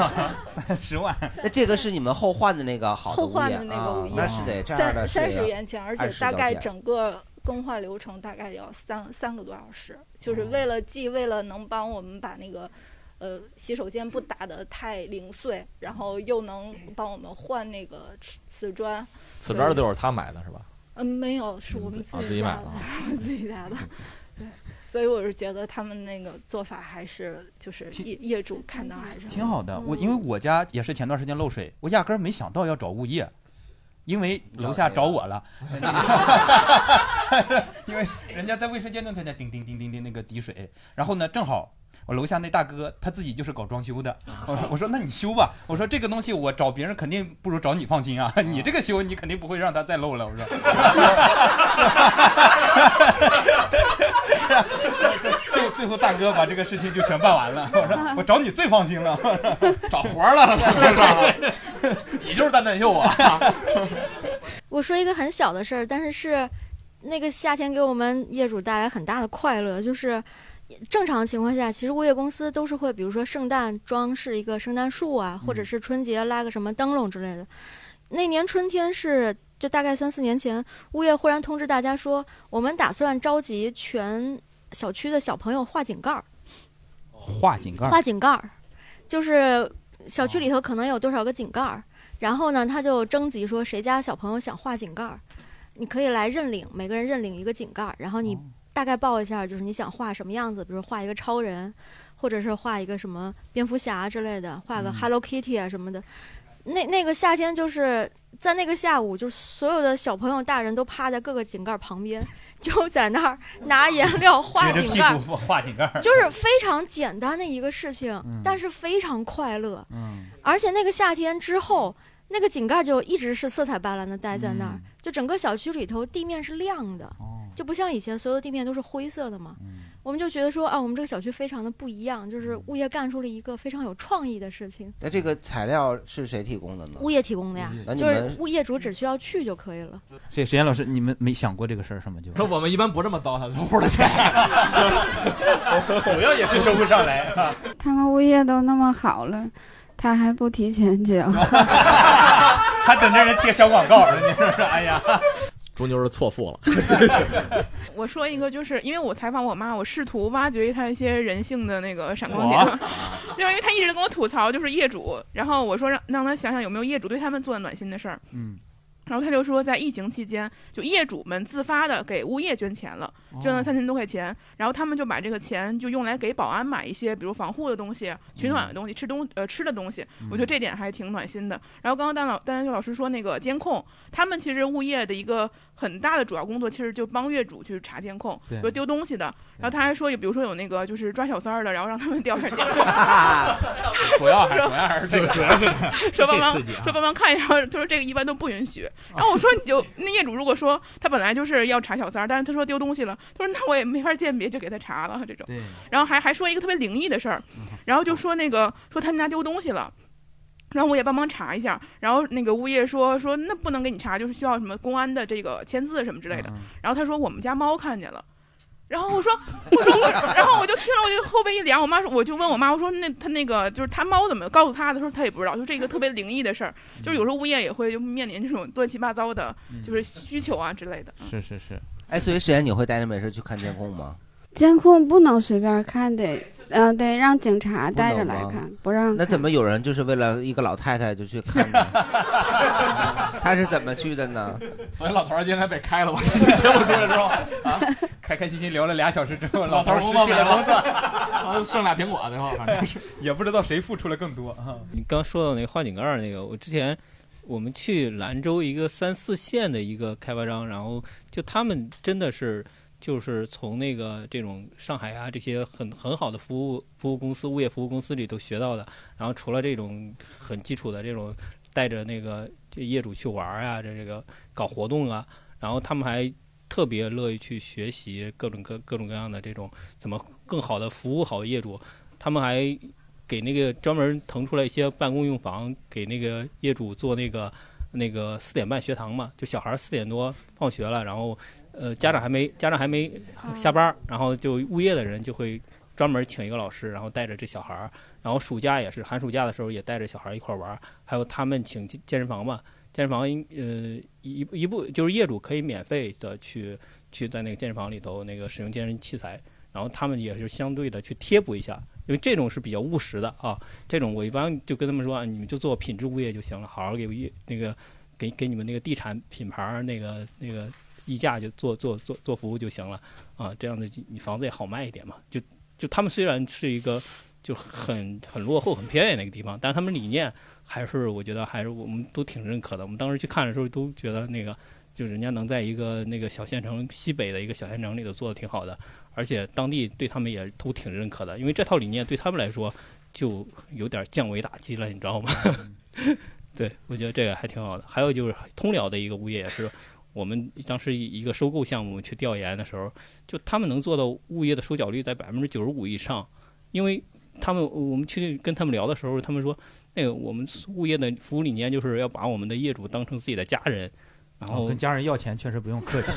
Speaker 6: 三
Speaker 2: 十万。
Speaker 6: 那这个是你们后换的那个好的
Speaker 20: 后换
Speaker 6: 物业
Speaker 20: 的那个物业
Speaker 6: 啊那是得这样
Speaker 20: 三
Speaker 6: 的
Speaker 20: 三
Speaker 6: 是
Speaker 20: 十元钱，而且
Speaker 6: 20
Speaker 20: 大概
Speaker 6: 角钱
Speaker 20: 整个更换流程大概要三三个多小时，
Speaker 6: 哦
Speaker 20: 就是为了既为了能帮我们把那个。呃，洗手间不打得太零碎，然后又能帮我们换那个瓷瓷砖。
Speaker 7: 瓷砖
Speaker 20: 对
Speaker 7: 都是他买的是吧？
Speaker 20: 嗯，没有，是我们
Speaker 7: 啊
Speaker 20: 自
Speaker 7: 自己买
Speaker 20: 家
Speaker 7: 的
Speaker 20: 的
Speaker 7: 啊，
Speaker 20: 我自 己家的。对，所以我是觉得他们那个做法还是就是业业主看到还是
Speaker 2: 挺好的。我因为我家也是前段时间漏水，我压根儿没想到要找物业，因为楼下找我了，因为人家在卫生间那条件叮叮叮叮叮那个滴水，然后呢，正好我楼下那大哥他自己就是搞装修的，我说我说那你修吧，我说这个东西我找别人肯定不如找你放心啊， 你这个修你肯定不会让他再漏了，我说。 最最后大哥把这个事情就全办完 了，我说我找你最放心了， 找活儿了， 你就是蛋蛋秀啊。
Speaker 17: 我说一个很小的事儿，但是是那个夏天给我们业主带来很大的快乐。就是正常情况下，其实物业公司都是会，比如说圣诞装饰一个圣诞树啊，或者是春节拉个什么灯笼之类的。那年春天是就大概三四年前，物业忽然通知大家说，我们打算召集全小区的小朋友画井盖儿。
Speaker 2: 画井盖儿，
Speaker 17: 画井盖儿，就是小区里头可能有多少个井盖儿，然后呢，他就征集说谁家小朋友想画井盖儿，你可以来认领，每个人认领一个井盖儿，然后
Speaker 2: 哦
Speaker 17: 你大概报一下，就是你想画什么样子，比如画一个超人，或者是画一个什么蝙蝠侠之类的，画个
Speaker 1: 嗯
Speaker 17: Hello Kitty 啊什么的。那那个夏天就是在那个下午，就是所有的小朋友、大人都趴在各个井盖儿旁边，就在那儿拿颜料 画
Speaker 2: 撅着
Speaker 17: 井
Speaker 2: 屁
Speaker 17: 盖儿，
Speaker 2: 股画井盖儿，
Speaker 17: 就是非常简单的一个事情，
Speaker 2: 嗯
Speaker 17: 但是非常快乐。
Speaker 2: 嗯，
Speaker 17: 而且那个夏天之后，那个井盖就一直是色彩斑斓的待在
Speaker 2: 嗯
Speaker 17: 那儿，就整个小区里头地面是亮的，
Speaker 2: 哦
Speaker 17: 就不像以前所有地面都是灰色的嘛。
Speaker 2: 嗯
Speaker 17: 我们就觉得说啊，我们这个小区非常的不一样，就是物业干出了一个非常有创意的事情。
Speaker 6: 那这个材料是谁提供的呢？
Speaker 17: 物业提供的呀
Speaker 6: 那，你
Speaker 17: 就
Speaker 6: 们
Speaker 17: 是物业主只需要去就可以了。
Speaker 2: 谁谁岩老师，你们没想过这个事儿是吗？就
Speaker 7: 说我们一般不这么糟蹋用户的钱，
Speaker 2: 主要也是收不上 来。
Speaker 5: 他们物业都那么好了，他还不提前交？
Speaker 2: 还等着人贴小广告呢，你说说，哎呀，
Speaker 7: 猪妞儿错付了。
Speaker 14: 我说一个，就是因为我采访我妈，我试图挖掘她一些人性的那个闪光点， 就是因为她一直跟我吐槽就是业主，然后我说让让她想想有没有业主对他们做的暖心的事儿，
Speaker 2: 嗯，
Speaker 14: 然后她就说在疫情期间，就业主们自发的给物业捐钱了，捐了
Speaker 2: 哦
Speaker 14: 三千多块钱，然后他们就把这个钱就用来给保安买一些比如防护的东西、取暖的东西、吃东呃吃的东西，我觉
Speaker 2: 嗯
Speaker 14: 得这点还挺暖心的。然后刚刚丹老丹秀老师说那个监控，他们其实物业的一个很大的主要工作，其实就帮业主去查监控，比
Speaker 2: 对
Speaker 14: 如丢东西的。然后他还说，有比如说有那个就是抓小三儿的，然后让他们调一下监控。
Speaker 2: 主要还主要还 是这个，主要是
Speaker 14: 说帮忙
Speaker 2: 这刺激啊
Speaker 14: 说帮忙看一下，他说这个一般都不允许。然后我说你就那业主如果说他本来就是要查小三儿，但是他说丢东西了，他说那我也没法鉴别，就给他查了这种。
Speaker 2: 对，
Speaker 16: 嗯
Speaker 14: 然后还还说一个特别灵异的事儿，然后就说那个说他们家丢东西了。然后我也帮忙查一下，然后那个物业说说那不能给你查，就是需要什么公安的这个签字什么之类的。然后他说我们家猫看见了，然后我说 我说我，然后我就听了我就后背一凉，我妈说我就问我妈我说那他那个就是他猫怎么告诉他的，她说他也不知道，就这个特别灵异的事儿，就是有时候物业也会就面临这种乱七八糟的就是需求啊之类的。
Speaker 2: 是是是，
Speaker 6: 哎，所以沈岩，你会待着没事去看监控吗？
Speaker 5: 监控不能随便看，得嗯、得让警察
Speaker 6: 不
Speaker 5: 带着
Speaker 6: 能
Speaker 5: 来
Speaker 6: 吗
Speaker 5: 看，不让
Speaker 6: 那怎么有人就是为了一个老太太就去看呢？ 他是怎么去的呢？
Speaker 7: 所以老头儿今天被开了吧？这期节目出来之 后，啊，
Speaker 2: 开开心心聊了俩小时之后，
Speaker 7: 老头
Speaker 2: 头
Speaker 7: 儿工作
Speaker 2: 失去了
Speaker 7: 没了
Speaker 2: 工作，
Speaker 7: 完 了剩俩苹果最后反正是
Speaker 2: 也不知道谁付出了更多啊。
Speaker 13: 你刚说到那个画井盖儿那个，我之前我们去兰州一个三四线的一个开发商，然后就他们真的是就是从那个这种上海啊这些很很好的服务服务公司、物业服务公司里头学到的。然后除了这种很基础的这种带着那个这业主去玩儿啊，这这个搞活动啊，然后他们还特别乐意去学习各种各各种各样的这种怎么更好的服务好业主，他们还给那个专门腾出来一些办公用房给那个业主做那个那个四点半学堂嘛，就小孩四点多放学了，然后呃家长还没家长还没下班儿，然后就物业的人就会专门请一个老师，然后带着这小孩儿，然后暑假也是寒暑假的时候也带着小孩儿一块儿玩儿，还有他们请健健身房嘛，健身房应呃一一部就是业主可以免费的去去在那个健身房里头那个使用健身器材，然后他们也是相对的去贴补一下，因为这种是比较务实的啊。这种我一般就跟他们说，啊你们就做品质物业就行了，好好给物业那个给给你们那个地产品牌儿那个那个溢价就做做做做服务就行了啊，这样的你房子也好卖一点嘛。就就他们虽然是一个就很很落后、很偏远的一个地方，但是他们理念还是我觉得还是我们都挺认可的。我们当时去看的时候都觉得那个就人家能在一个那个小县城西北的一个小县城里头做的挺好的，而且当地对他们也都挺认可的，因为这套理念对他们来说就有点降维打击了，你知道吗？嗯 对，我觉得这个还挺好的。还有就是通辽的一个物业也是，我们当时一个收购项目去调研的时候，就他们能做到物业的收缴率在百分之九十五以上，因为他们我们去跟他们聊的时候，他们说那个我们物业的服务理念就是要把我们的业主当成自己的家人，然后、
Speaker 2: 哦跟
Speaker 13: 家人要钱确实不用客气，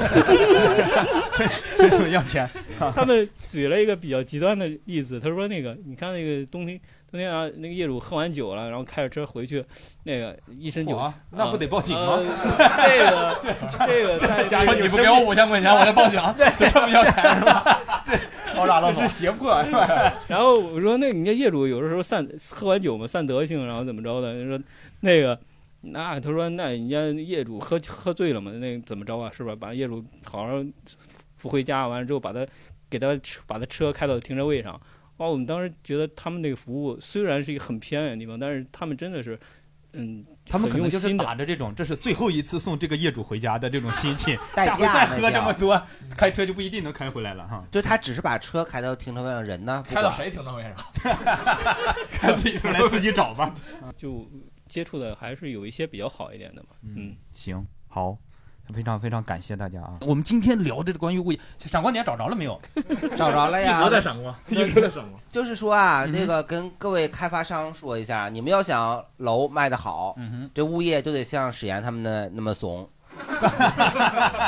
Speaker 2: 这种要钱
Speaker 13: 他们举了一个比较极端的例子，他说那个你看那个冬天冬天啊，那个业主喝完酒了，然后开着车回去，那个一身酒
Speaker 2: 嚯哦
Speaker 13: 气，
Speaker 2: 那不得报警吗
Speaker 13: 呃 这个这个在
Speaker 2: 家里有
Speaker 13: 你
Speaker 2: 你不给我5000块钱我就报警啊
Speaker 13: 就这么要钱 是吧？这
Speaker 2: 敲诈勒索这是胁迫是吧？
Speaker 13: 然后我说那你这业主有的时候散喝完酒嘛散德性，然后怎么着的？他说那个。那他说，那人家业主喝喝醉了嘛，那怎么着啊？是吧？把业主好好扶回家，完了之后把他给他车把他车开到停车位上。哦哇，我们当时觉得他们那个服务虽然是一个很偏远的地方，但是他们真的是，嗯，
Speaker 2: 他们可
Speaker 13: 很
Speaker 2: 能
Speaker 13: 用
Speaker 2: 就是
Speaker 13: 心的
Speaker 2: 打着这种，这是最后一次送这个业主回家的这种心 情，
Speaker 6: 代
Speaker 2: 下
Speaker 6: 驾
Speaker 2: 回再喝
Speaker 6: 那
Speaker 2: 这
Speaker 6: 叫
Speaker 2: 么多，开车就不一定能开回来了哈。
Speaker 6: 就他只是把车开到停车位上，人呢？不
Speaker 2: 开到
Speaker 6: 管
Speaker 2: 谁
Speaker 13: 停车位上？
Speaker 2: 开自己出来自己找吧。
Speaker 13: 就接触的还是有一些比较好一点的嘛。嗯，
Speaker 2: 行，好，非常非常感谢大家啊！我们今天聊的关于物业，闪光点找着了没有？
Speaker 6: 找着了呀，
Speaker 2: 一直在闪光一直在闪 光。
Speaker 6: 就是说啊，
Speaker 2: 嗯哼
Speaker 6: 那个跟各位开发商说一下，你们要想楼卖得好，
Speaker 2: 嗯
Speaker 6: 这物业就得像史岩他们的那么怂。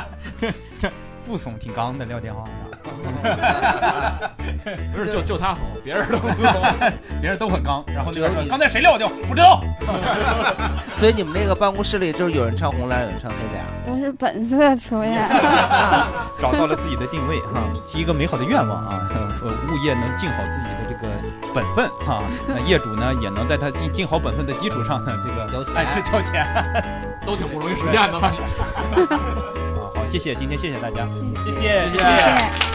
Speaker 2: 不怂，挺刚的廖天华。
Speaker 7: 不是就就他怂，别人都不
Speaker 2: 怂， 别人都很刚。然后那边说刚才谁撂掉？不知道。
Speaker 6: 所以你们那个办公室里就是有人唱红脸，有人唱黑啊脸。
Speaker 5: 都是本色出演。
Speaker 2: 找到了自己的定位 哈，提一个美好的愿望啊， 呃物业能尽好自己的这个本分 哈，那业主呢也能在他尽尽好本分的基础上呢， 这个按时交钱，
Speaker 7: 都挺不 容易实现的吧？
Speaker 2: 好，谢谢今天谢谢大家，谢
Speaker 7: 谢谢
Speaker 2: 谢谢